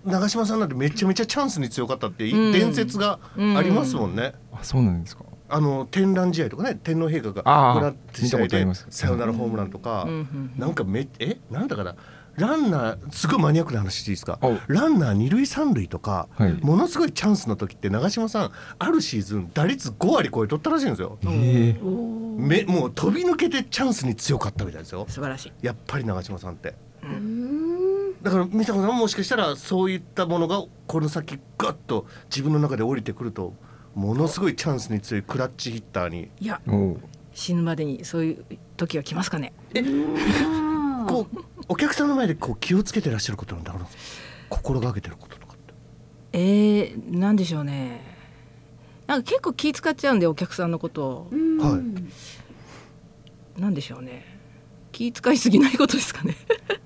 Speaker 1: 長嶋さんなんてめちゃめちゃチャンスに強かったって
Speaker 5: うん
Speaker 1: 伝説がありますもんね。
Speaker 4: あそうなんですか
Speaker 1: あの展覧試合とかね天皇陛下が
Speaker 4: ああ
Speaker 1: 行って試合
Speaker 4: 見たことあ
Speaker 1: で
Speaker 4: ります
Speaker 1: サヨナラホームランとか、
Speaker 5: うんうん
Speaker 1: なんかめえなんだかなランナーすごいマニアックな話していいですか
Speaker 4: おう
Speaker 1: ランナー二塁三塁とか、
Speaker 4: はい
Speaker 1: ものすごいチャンスの時って長嶋さんあるシーズン打率5割超えとったらしいんですよ、
Speaker 4: ええ
Speaker 1: めもう飛び抜けてチャンスに強かったみたいですよ
Speaker 5: 素晴らしい。
Speaker 1: やっぱり長嶋さんって
Speaker 2: うん
Speaker 1: だから美佐子さんももしかしたらそういったものがこの先ガッと自分の中で降りてくるとものすごいチャンスに強いクラッチヒッターに
Speaker 5: いや、
Speaker 4: おお
Speaker 5: 死ぬまでにそういう時は来ますかね。
Speaker 1: こうお客さんの前でこう気をつけてらっしゃることなんだろう心がけてることとかって
Speaker 5: えー、なんでしょうね。なんか結構気使っちゃうんでお客さんのことを
Speaker 2: う、ん
Speaker 1: はい
Speaker 5: なんでしょうね。気使いすぎないことですかね。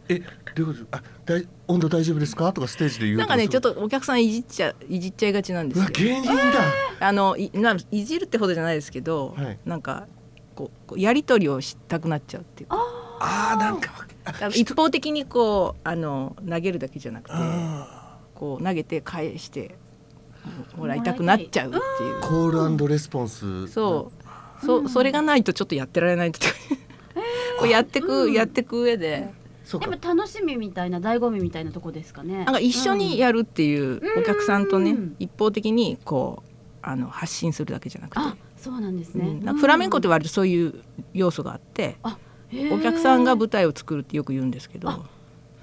Speaker 1: えどういうことあ大温度大丈夫ですかとかステージで言う
Speaker 5: なんかね、
Speaker 1: す
Speaker 5: ち
Speaker 1: ごい
Speaker 5: ょっとお客さんいじっちゃいじっちゃいがちなんで
Speaker 1: うわ
Speaker 5: すけど。
Speaker 1: 芸人だ、
Speaker 5: あのいまあいじるってほどじゃないですけど、
Speaker 1: はい
Speaker 5: なんかこうこうやり取りをしたくなっちゃうっていうか
Speaker 1: あーなんかわあ
Speaker 5: 多分一方的にこうあの投げるだけじゃなくて
Speaker 1: あ
Speaker 5: こう投げて返してもらいたくなっちゃうって
Speaker 1: ー
Speaker 5: い
Speaker 1: コールレスポンス
Speaker 5: うそうそそれがないとちょっとやってられないっていうかこうやってく、やってく上で
Speaker 1: そう
Speaker 2: で
Speaker 1: か
Speaker 2: も楽しみみたいな醍醐味みたいなとこですかね
Speaker 5: なんか一緒に
Speaker 2: や、
Speaker 5: やるっていうお客さんとね、
Speaker 2: うん
Speaker 5: 一方的にこうあの発信するだけじゃなく
Speaker 2: うんあ
Speaker 5: て、
Speaker 2: そうなんです
Speaker 5: う
Speaker 2: ね、
Speaker 5: んなんかフラメンコって割とそういう要素があって。お客さんが
Speaker 2: ぶ
Speaker 5: 舞台を作るってよく言うんですけど、
Speaker 2: あ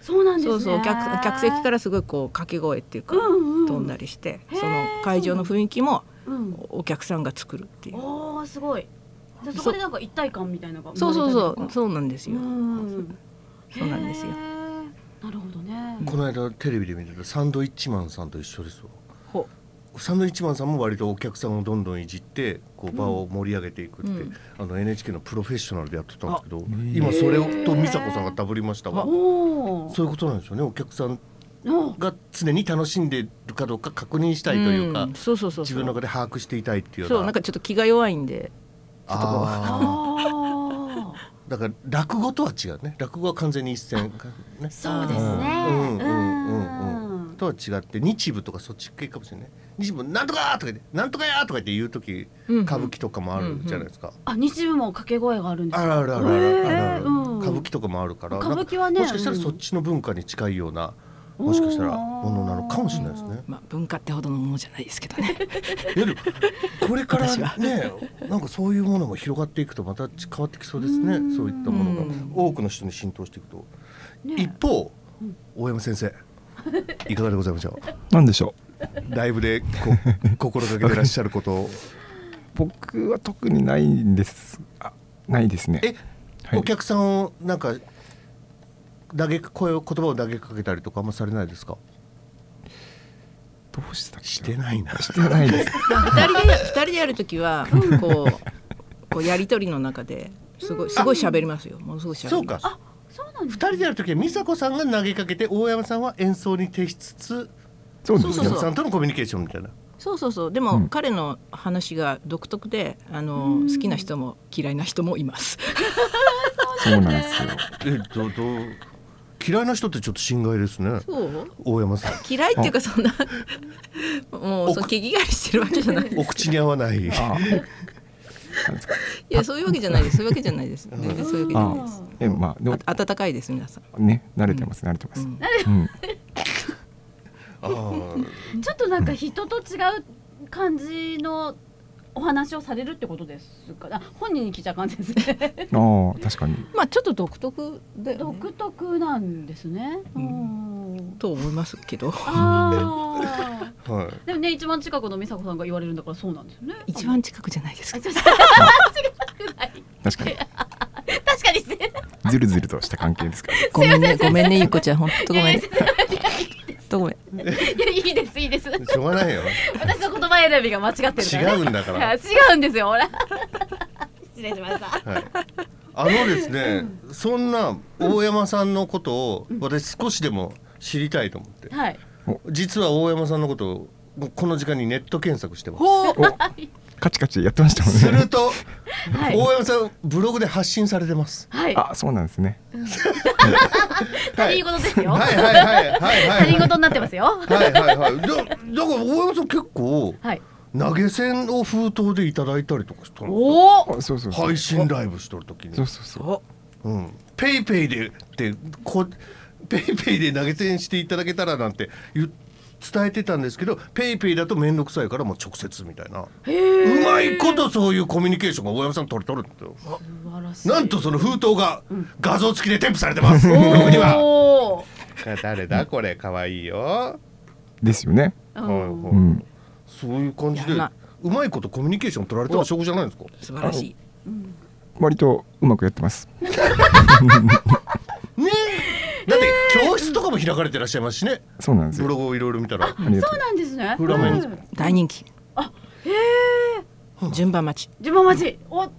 Speaker 2: そうなんですね
Speaker 5: そうそう客客席からすごいこう掛け声っていうか、
Speaker 2: うんうん
Speaker 5: 飛んだりして
Speaker 2: へー
Speaker 5: その会場の雰囲気も
Speaker 2: うん
Speaker 5: お客さんが作るっていう
Speaker 2: おーすごいじゃあ
Speaker 5: そ
Speaker 2: そこでなんか一体感みたいなのが
Speaker 5: そうそう
Speaker 2: 生まれ
Speaker 5: そ
Speaker 2: たり
Speaker 5: う
Speaker 2: とか
Speaker 5: そうなんですよ、
Speaker 2: うん
Speaker 5: そうなんですよ
Speaker 2: へーなるほどね
Speaker 1: この間テレビで見てたサンドイッチマンさんと一緒ですわ
Speaker 5: ほ
Speaker 1: サンドイッチマンさんも割とお客さんをどんどんいじってこう場を盛り上げていくって、
Speaker 5: うん
Speaker 1: あの NHK のプロフェッショナルでやってたんですけど
Speaker 4: ん
Speaker 1: 今それと美佐子さんがダブりましたわ
Speaker 2: おお
Speaker 1: そういうことなんですよねお客さん
Speaker 2: お
Speaker 1: が常に楽しんでるかどうか確認したいというか、
Speaker 5: んそうそうそう
Speaker 1: 自
Speaker 5: そ
Speaker 1: 分の中
Speaker 5: う
Speaker 1: で把握していたいっていうよう
Speaker 5: そうなんかちょっと気が弱いんで
Speaker 1: あ
Speaker 2: あー
Speaker 1: ーだから落語とは違うね落語は完全に一線 ね
Speaker 2: そうですね
Speaker 1: うんうんうん
Speaker 2: う
Speaker 1: うんんとは違って日舞とかそっち系かもしれない日舞なんとかーとか言ってなんとかやーとか言って言う時
Speaker 5: うんうん
Speaker 1: 歌舞伎とかもあるじゃないですか、
Speaker 2: あ日舞も掛け声があるんです
Speaker 1: あるあるあるあるあるある
Speaker 2: へーうん
Speaker 1: 掛歌舞伎とかもあるから、
Speaker 2: 歌舞伎はね
Speaker 1: なんかもしかしたらそっちの文化に近いような、もしかしたらものなのかもしれないですね。
Speaker 5: まあ文化ってほどのものじゃないですけどね
Speaker 1: いやでもこれからねなんかそういうものが広がっていくとまた変わってきそうですねそういったものが
Speaker 5: うん
Speaker 1: 多くの人に浸透していくと、
Speaker 2: ね
Speaker 1: 一方、大山先生いかがでございましょ
Speaker 4: なんでしょう
Speaker 1: うライブでこ心がけてらっしゃることを
Speaker 4: 僕は特にないんですあないですね
Speaker 1: え、
Speaker 4: はい
Speaker 1: お客さんをなんか投げ声を言葉を投げかけたりとかあんまされないですか
Speaker 4: どうしたっけ
Speaker 1: してないな
Speaker 4: してないです
Speaker 5: 二人で二人でやるときはこうこうやりとりの中ですごいすごい喋りますよものすごい喋
Speaker 1: そう
Speaker 5: りま
Speaker 1: か
Speaker 5: す
Speaker 2: そうな
Speaker 1: 二
Speaker 2: んです
Speaker 1: 人でやるときは美佐子さんが投げかけて大山さんは演奏に徹しつつ
Speaker 4: そう
Speaker 1: お
Speaker 4: です
Speaker 5: そ
Speaker 1: 客
Speaker 5: うそう
Speaker 4: ね
Speaker 1: さんとのコミュニケーションみたいな
Speaker 5: そうそうそうで
Speaker 4: う
Speaker 5: も
Speaker 4: ん
Speaker 5: 彼の話が独特であ
Speaker 2: う
Speaker 5: の
Speaker 2: ん
Speaker 5: 好きな人も嫌いな人もいます
Speaker 4: そうなんですよ
Speaker 1: えっとどう嫌いな人ってちょっと心外ですね
Speaker 5: そう
Speaker 1: 大山 さん
Speaker 5: 嫌いっていうかそんなもうその毛嫌いしてるわけじゃない
Speaker 1: お口に合わない
Speaker 4: あ
Speaker 5: いやそういうわけじゃないですそういうわけじゃないです全然そういうわけじゃ
Speaker 4: あ
Speaker 5: ないです
Speaker 4: えまあでも
Speaker 5: あ温かいです皆さん
Speaker 4: ね慣れてます慣れてます、
Speaker 5: うん
Speaker 4: うん
Speaker 1: あー
Speaker 2: ちょっとなんか人と違う感じのお話をされるってことですかあ本人に聞いちゃう感じですね
Speaker 4: ああ確かに
Speaker 5: まあちょっと独特だよね
Speaker 2: 独特なんですね、う
Speaker 5: うん
Speaker 2: ん、
Speaker 5: と思いますけど
Speaker 2: ああ
Speaker 1: はい
Speaker 2: でもね一番近くの美佐子さんが言われるんだからそうなんですよね
Speaker 5: 一番近くじゃないです
Speaker 2: あ
Speaker 5: か
Speaker 2: ちょっと違くない
Speaker 4: 確かに
Speaker 2: 確かに失礼
Speaker 4: ずるずるとした関係ですから
Speaker 5: ごめんねごめんねゆうこちゃん本当ごめん
Speaker 2: い
Speaker 5: ねごめん
Speaker 2: やいいですいいです
Speaker 1: しょうがないよ
Speaker 2: 私の言葉選びが間違ってるから、
Speaker 1: 違
Speaker 2: ね、
Speaker 1: うんだか
Speaker 2: いや
Speaker 1: ら、
Speaker 2: 違うんですよほら失礼しました
Speaker 1: はい、あのですねそんな大山さんのことを私少しでも知りたいと思って
Speaker 2: はい
Speaker 1: 実は大山さんのことをこの時間にネット検索してます
Speaker 4: おカチカチやってましたもんね
Speaker 1: すると
Speaker 2: はい
Speaker 1: 大山さんブログで発信されてます
Speaker 2: はい
Speaker 4: あそうなんですね
Speaker 2: 他人事ですよ、
Speaker 1: はいはいはいはいは
Speaker 2: 他
Speaker 1: い
Speaker 2: 人事になってますよ
Speaker 1: はいはいはいだだから大山さん結構
Speaker 2: はい
Speaker 1: 投げ銭を封筒でいただいたりとかしたの
Speaker 2: おお
Speaker 4: あそうそうそう
Speaker 1: 配信ライブしとる時
Speaker 4: そう
Speaker 1: に、
Speaker 4: そうそう
Speaker 5: お
Speaker 1: うん、ペイペイでってこペイペイで投げ銭していただけたらなんて言う伝えてたんですけどペイペイだと面倒くさいからもう直接みたいなうまいことそういうコミュニケーションが大山さん取り取るんですよ
Speaker 2: 素晴らしい
Speaker 1: なんとその封筒が画像付きで添付されてますブログには
Speaker 2: お
Speaker 1: 誰だこれかわいいよ
Speaker 4: ですよね
Speaker 2: ー
Speaker 1: はいは
Speaker 4: う
Speaker 1: い
Speaker 4: ん
Speaker 1: そういう感じで
Speaker 5: やんな
Speaker 1: うまいことコミュニケーション取られたら証拠じゃないですか
Speaker 5: 素晴らしい
Speaker 4: 割とうまくやってます
Speaker 1: ねえだって教室とかも開かれてらっしゃいますしね
Speaker 4: そうなんです
Speaker 1: ブ
Speaker 4: よ
Speaker 1: ログをいろいろ見たら
Speaker 4: ありがと
Speaker 2: そう
Speaker 4: う
Speaker 2: なんですね
Speaker 1: フラメンコ
Speaker 2: うん
Speaker 5: 大人気
Speaker 2: へえ
Speaker 5: 順番待ち
Speaker 2: 自分待ちおす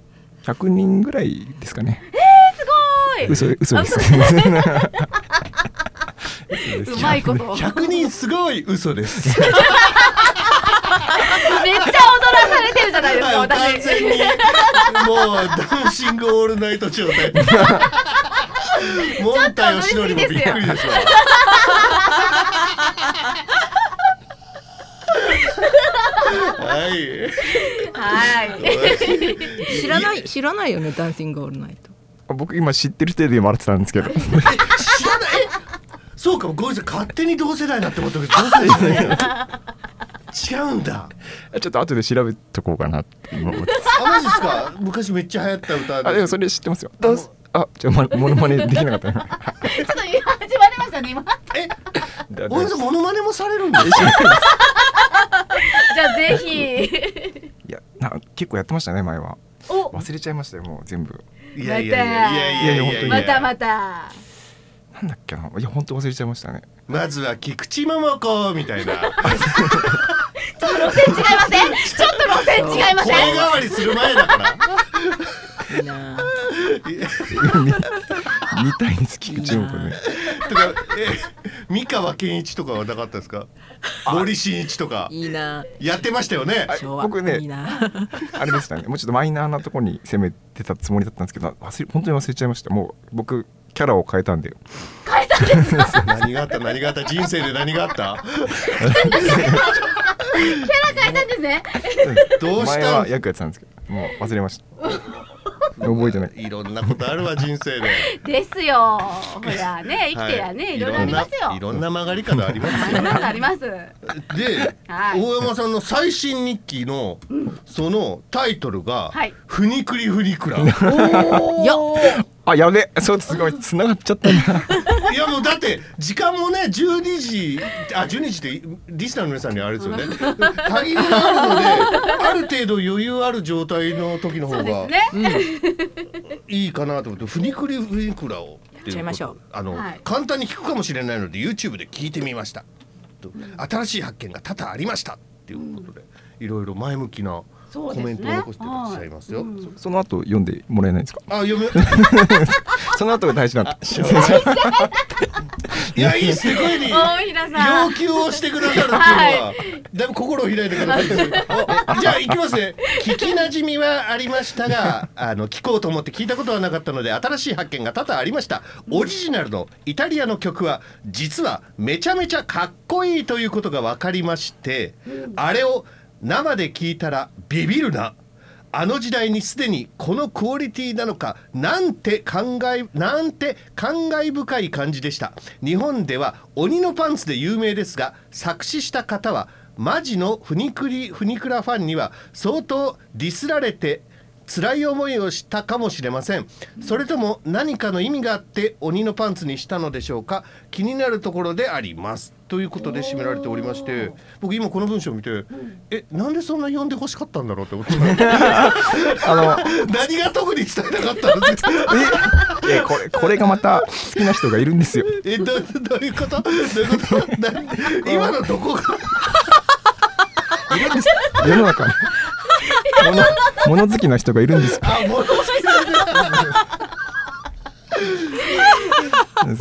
Speaker 4: 100人ぐらいですかね
Speaker 2: ごい
Speaker 4: 嘘嘘です
Speaker 2: うまいことめっちゃ
Speaker 1: 100人すごい嘘です
Speaker 2: 踊らされてるじゃないですか
Speaker 1: 完
Speaker 2: 私
Speaker 1: 全にもうダンシングオールナイト状態モンタヨシノリもびっくりですわはい
Speaker 2: はい
Speaker 5: 知らない知らないよねダンシングオールナイト
Speaker 4: あ 僕今知ってる程度で笑ってたんですけど
Speaker 1: 知らないそうかごめんなさい勝手に同世代だって思ったけど同世代じゃないよ違うんだ
Speaker 4: ちょっと後で調べとこうかなって今思ってます
Speaker 1: あマジですか昔めっちゃ流行った歌
Speaker 4: あでもそれ知ってますよどうすあちょまモ ノマネできなかったな
Speaker 2: ちょっと今始まりましたね今
Speaker 1: え
Speaker 4: だ
Speaker 1: 大山さんモノマネもされるんだよ
Speaker 2: じゃあぜひ
Speaker 4: いやな結構やってましたね前は
Speaker 2: お
Speaker 4: 忘れちゃいましたよもう全部
Speaker 1: いやいやいやいやいやいやいや
Speaker 2: またまた
Speaker 4: なんだっけないや本当忘れちゃいましたね
Speaker 1: まずは菊池桃子みたいな
Speaker 2: ちょっと路線違いませんちょっと路線違いませ
Speaker 1: 声
Speaker 2: ん
Speaker 1: 変わりする前だ から
Speaker 5: いいなあ
Speaker 4: 2対につき口をね
Speaker 1: とかえ三河健一とかはなかったですか森進一とか
Speaker 5: いいな
Speaker 1: やってましたよね
Speaker 5: あ昭和
Speaker 4: 僕ね
Speaker 5: いいな
Speaker 4: あれでしたねもうちょっとマイナーなとこに攻めてたつもりだったんですけど忘れ本当に忘れちゃいましたもう僕キャラを変えたんで
Speaker 1: 何があった何があった人生で何があった
Speaker 2: 変えたんですね
Speaker 4: 前
Speaker 1: どうした
Speaker 4: は
Speaker 1: ん
Speaker 4: 役やってたんですけどもう忘れました覚えてない
Speaker 1: いろんなことあるわ人生で。
Speaker 2: ですよ。ほらね、生きてりゃね、、
Speaker 1: はい
Speaker 2: ろいろありますよ。
Speaker 1: いろんな曲がり方あります
Speaker 2: あ
Speaker 1: よ
Speaker 2: り。ますあります。
Speaker 1: で、
Speaker 2: はい
Speaker 1: 大山さんの最新日記の、そのタイトルが
Speaker 2: はい
Speaker 1: 「ふにくりふに くら」い
Speaker 5: いや
Speaker 4: あやべえそうすごい繋がっちゃったな
Speaker 1: やもうだって時間もね12時あ12時ってリスナーの皆さんにあれですよ ね限りがあるのである程度余裕ある状態の時の
Speaker 2: そ
Speaker 1: 方
Speaker 2: うで
Speaker 1: が
Speaker 2: すね。
Speaker 1: いいかなと思って「ふにくりふにくら」をやっ
Speaker 5: やっちゃいましょう
Speaker 1: あの、
Speaker 2: はい
Speaker 1: 簡単に聞くかもしれないので YouTube で聞いてみましたと新しい発見が多々ありましたっていうことで、いろいろ前向きな
Speaker 2: そ
Speaker 1: コ
Speaker 2: うですね
Speaker 1: メントを残していらっしゃいますよ。
Speaker 2: うん
Speaker 4: その後読んでもらえないですか
Speaker 1: あ、読 む。
Speaker 4: その後が大事なんだ
Speaker 1: いや、いいっすね、声に。
Speaker 2: 大平さん
Speaker 1: 要。求をしてくださるっていうのは、だいぶ心を開いてくださいっていう。じゃあ、行きますね。聞きなじみはありましたが、あの、聞こうと思って聞いたことはなかったので、新しい発見が多々ありました。オリジナルのイタリアの曲は、実はめちゃめちゃかっこいいということが分かりまして、あれを生で聞いたらビビるな。あの時代にすでにこのクオリティなのかなんて感慨なんて感慨深い感じでした日本では鬼のパンツで有名ですが作詞した方はマジのフニクリフニクラファンには相当ディスられて辛い思いをしたかもしれませんそれとも何かの意味があって鬼のパンツにしたのでしょうか気になるところでありますということで締められておりまして僕今この文章を見てえなんでそんな呼んで欲しかったんだろうって思ってた
Speaker 4: あの
Speaker 1: 何が特に伝えたかったの
Speaker 4: ええこれこれがまた好きな人がいるんですよ
Speaker 1: えどどういうことどういうことな今のどこが
Speaker 4: いるんです世の中に物物好きな人がいるんですよ
Speaker 1: あもう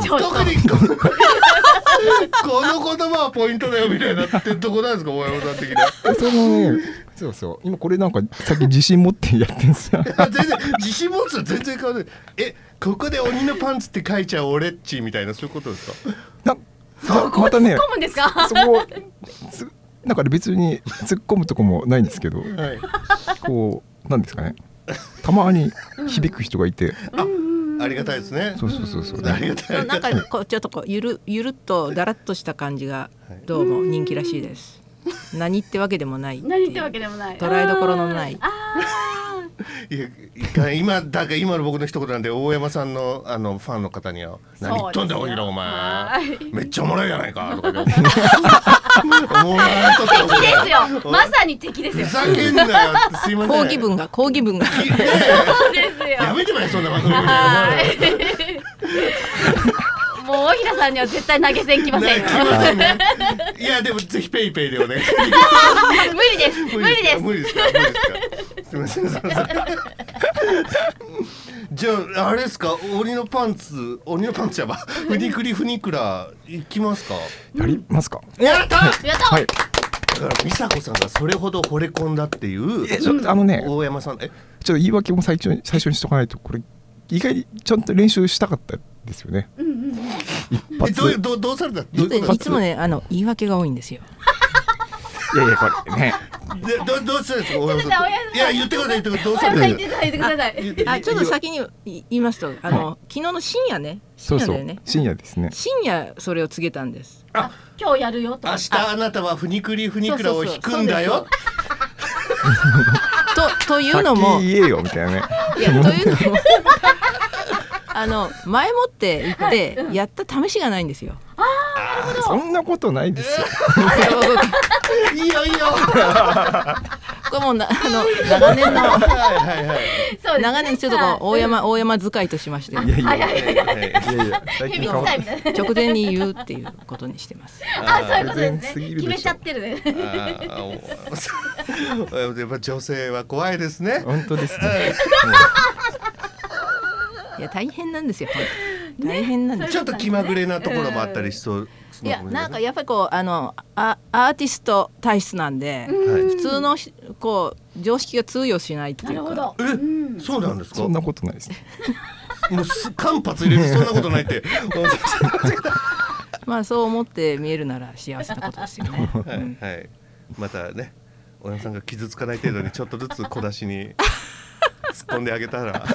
Speaker 1: 特にこの この言葉はポイントだよみたいなってどこなんですか大山さん的な
Speaker 4: そのねそうそう今これなんかさっき自信持ってやってんですよ
Speaker 1: あ全然自信持つの全然変わらないえここで鬼のパンツって書いちゃう俺っちみたいなそういうことですか
Speaker 4: なな またね
Speaker 2: 込むんですか。
Speaker 4: そこつだから別に突っ込むとこもないんですけど
Speaker 1: はい
Speaker 4: こうなんですかねたまに響く人がいて
Speaker 1: ありがたいですね
Speaker 4: そうそうそうそう
Speaker 1: ありがたいあり
Speaker 5: な
Speaker 1: が
Speaker 5: ん
Speaker 1: たい
Speaker 5: かこうちょっとこうゆるゆるっとだらっとした感じがどうも人気らしいです。何ってわけでもないっていう。
Speaker 2: 何ってわけでもない。
Speaker 5: 捉えどころのない
Speaker 2: あー
Speaker 1: いやいかん今だから今の僕の一言なんで大山さんのあのファンの方には「何言っとんだよ
Speaker 2: そ
Speaker 1: お
Speaker 2: うです
Speaker 1: ひら
Speaker 2: よ
Speaker 1: お
Speaker 2: は
Speaker 1: 前
Speaker 2: ーい
Speaker 1: めっちゃおもろいやないか」とか言ってもう笑っとった
Speaker 2: あー。敵ですよ。まさに敵です
Speaker 1: ふ
Speaker 2: よ。
Speaker 1: ざけんなよってすいません
Speaker 5: 抗議文が抗議文が。
Speaker 1: いね
Speaker 2: そうです
Speaker 1: えや
Speaker 2: よ。
Speaker 1: めてまえそんな番組
Speaker 2: はい。もう大平さんには絶対投げ銭きません
Speaker 1: き
Speaker 2: よ。
Speaker 1: ませんねいやでもぜひペイペイでお願いします
Speaker 2: 無理です。無理です。
Speaker 1: 無理ですか。無理ですか。すみません。すみません。じゃああれですか。鬼のパンツ、鬼のパンツや ば。フニクリフニクラ行きますか。
Speaker 4: やりますか
Speaker 1: やった。だか
Speaker 2: やった。
Speaker 4: はい
Speaker 1: ら美佐子さんがそれほど惚れ込んだっていう
Speaker 4: えちょあのね
Speaker 1: 大山さん。え、
Speaker 4: ちょっと言い訳も最初に最初にしとかないとこれ意外にちゃんと練習したかったですよね一
Speaker 1: えどういう
Speaker 4: 発
Speaker 1: どうどうされた。 どういうこと
Speaker 5: いつもねあの言い訳が多いんですよ。
Speaker 4: いやいやこれね
Speaker 1: でどうどうしたんですか。大山
Speaker 2: ちょっと
Speaker 1: さ
Speaker 2: 大山さ
Speaker 1: ん。
Speaker 2: ん
Speaker 1: いや言ってください。言ってください。どうさ
Speaker 2: 大
Speaker 1: れ
Speaker 2: 平
Speaker 1: た
Speaker 2: さ
Speaker 1: ん
Speaker 2: ん言っ
Speaker 1: です
Speaker 2: てください。言ってくだ
Speaker 1: か。
Speaker 2: さい。
Speaker 1: い
Speaker 5: あちょっと先にい言いますとあの、昨日の深夜ね
Speaker 4: そ
Speaker 5: 深夜
Speaker 4: うそ
Speaker 5: だよね
Speaker 4: う深夜ですね
Speaker 5: 深夜それを告げたんです。
Speaker 2: あ今日やるよと。
Speaker 1: 明日あなたはフニクリフニクラを引くんだよ。
Speaker 5: とというのも
Speaker 4: 先言えよみたい なね
Speaker 5: いやというのも あの前もって言ってやった試しがないんですよ。
Speaker 4: そんなことないですよ
Speaker 1: いいよいいよ。
Speaker 5: これもうなあの長年の
Speaker 1: はいはいはい。
Speaker 2: そうですね
Speaker 5: 長年ちょっとこう大山大山使いとしまして
Speaker 4: いやいやいや
Speaker 1: はいはい
Speaker 4: いやいや最
Speaker 2: ヘ
Speaker 4: 近
Speaker 2: ビ
Speaker 4: 変
Speaker 2: 使
Speaker 4: わ
Speaker 2: い
Speaker 4: っ
Speaker 2: みたいな。
Speaker 5: 直前に言うっていうことにしてます。
Speaker 2: あそういうことで
Speaker 4: 全然
Speaker 2: す
Speaker 4: 過
Speaker 2: ね。
Speaker 4: ぎるでし
Speaker 2: 決
Speaker 4: ょ
Speaker 2: めちゃってるね。
Speaker 1: あーおやっぱ女性は怖いですね
Speaker 4: た。本当ですね
Speaker 5: いや大変なんですよ。本当大変なんです
Speaker 1: ちょ
Speaker 5: よ。
Speaker 1: っと気まぐれなところもあったりしそう。
Speaker 5: いやなんか
Speaker 1: や。
Speaker 5: やっぱりこうあのあアーティスト体質なんで
Speaker 1: はい
Speaker 5: 普通のしこう常識が通用しないって
Speaker 2: ないる
Speaker 5: う
Speaker 2: ほ
Speaker 5: か。
Speaker 2: ど。
Speaker 1: え、そうなんですか。
Speaker 4: そんなことないです
Speaker 1: もうす間髪入れてそんなことないって。
Speaker 5: まあそう思って見えるなら幸せなことですよね。
Speaker 1: はい はい。またね、小山さんが傷つかない程度にちょっとずつ小出しに。突っ込んであげたら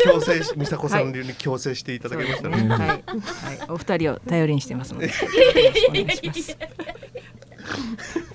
Speaker 1: 強制し美佐子さん流に強制していただけましたね、
Speaker 5: はい、はい、お二人を頼りにしてますので。よろしくお願いします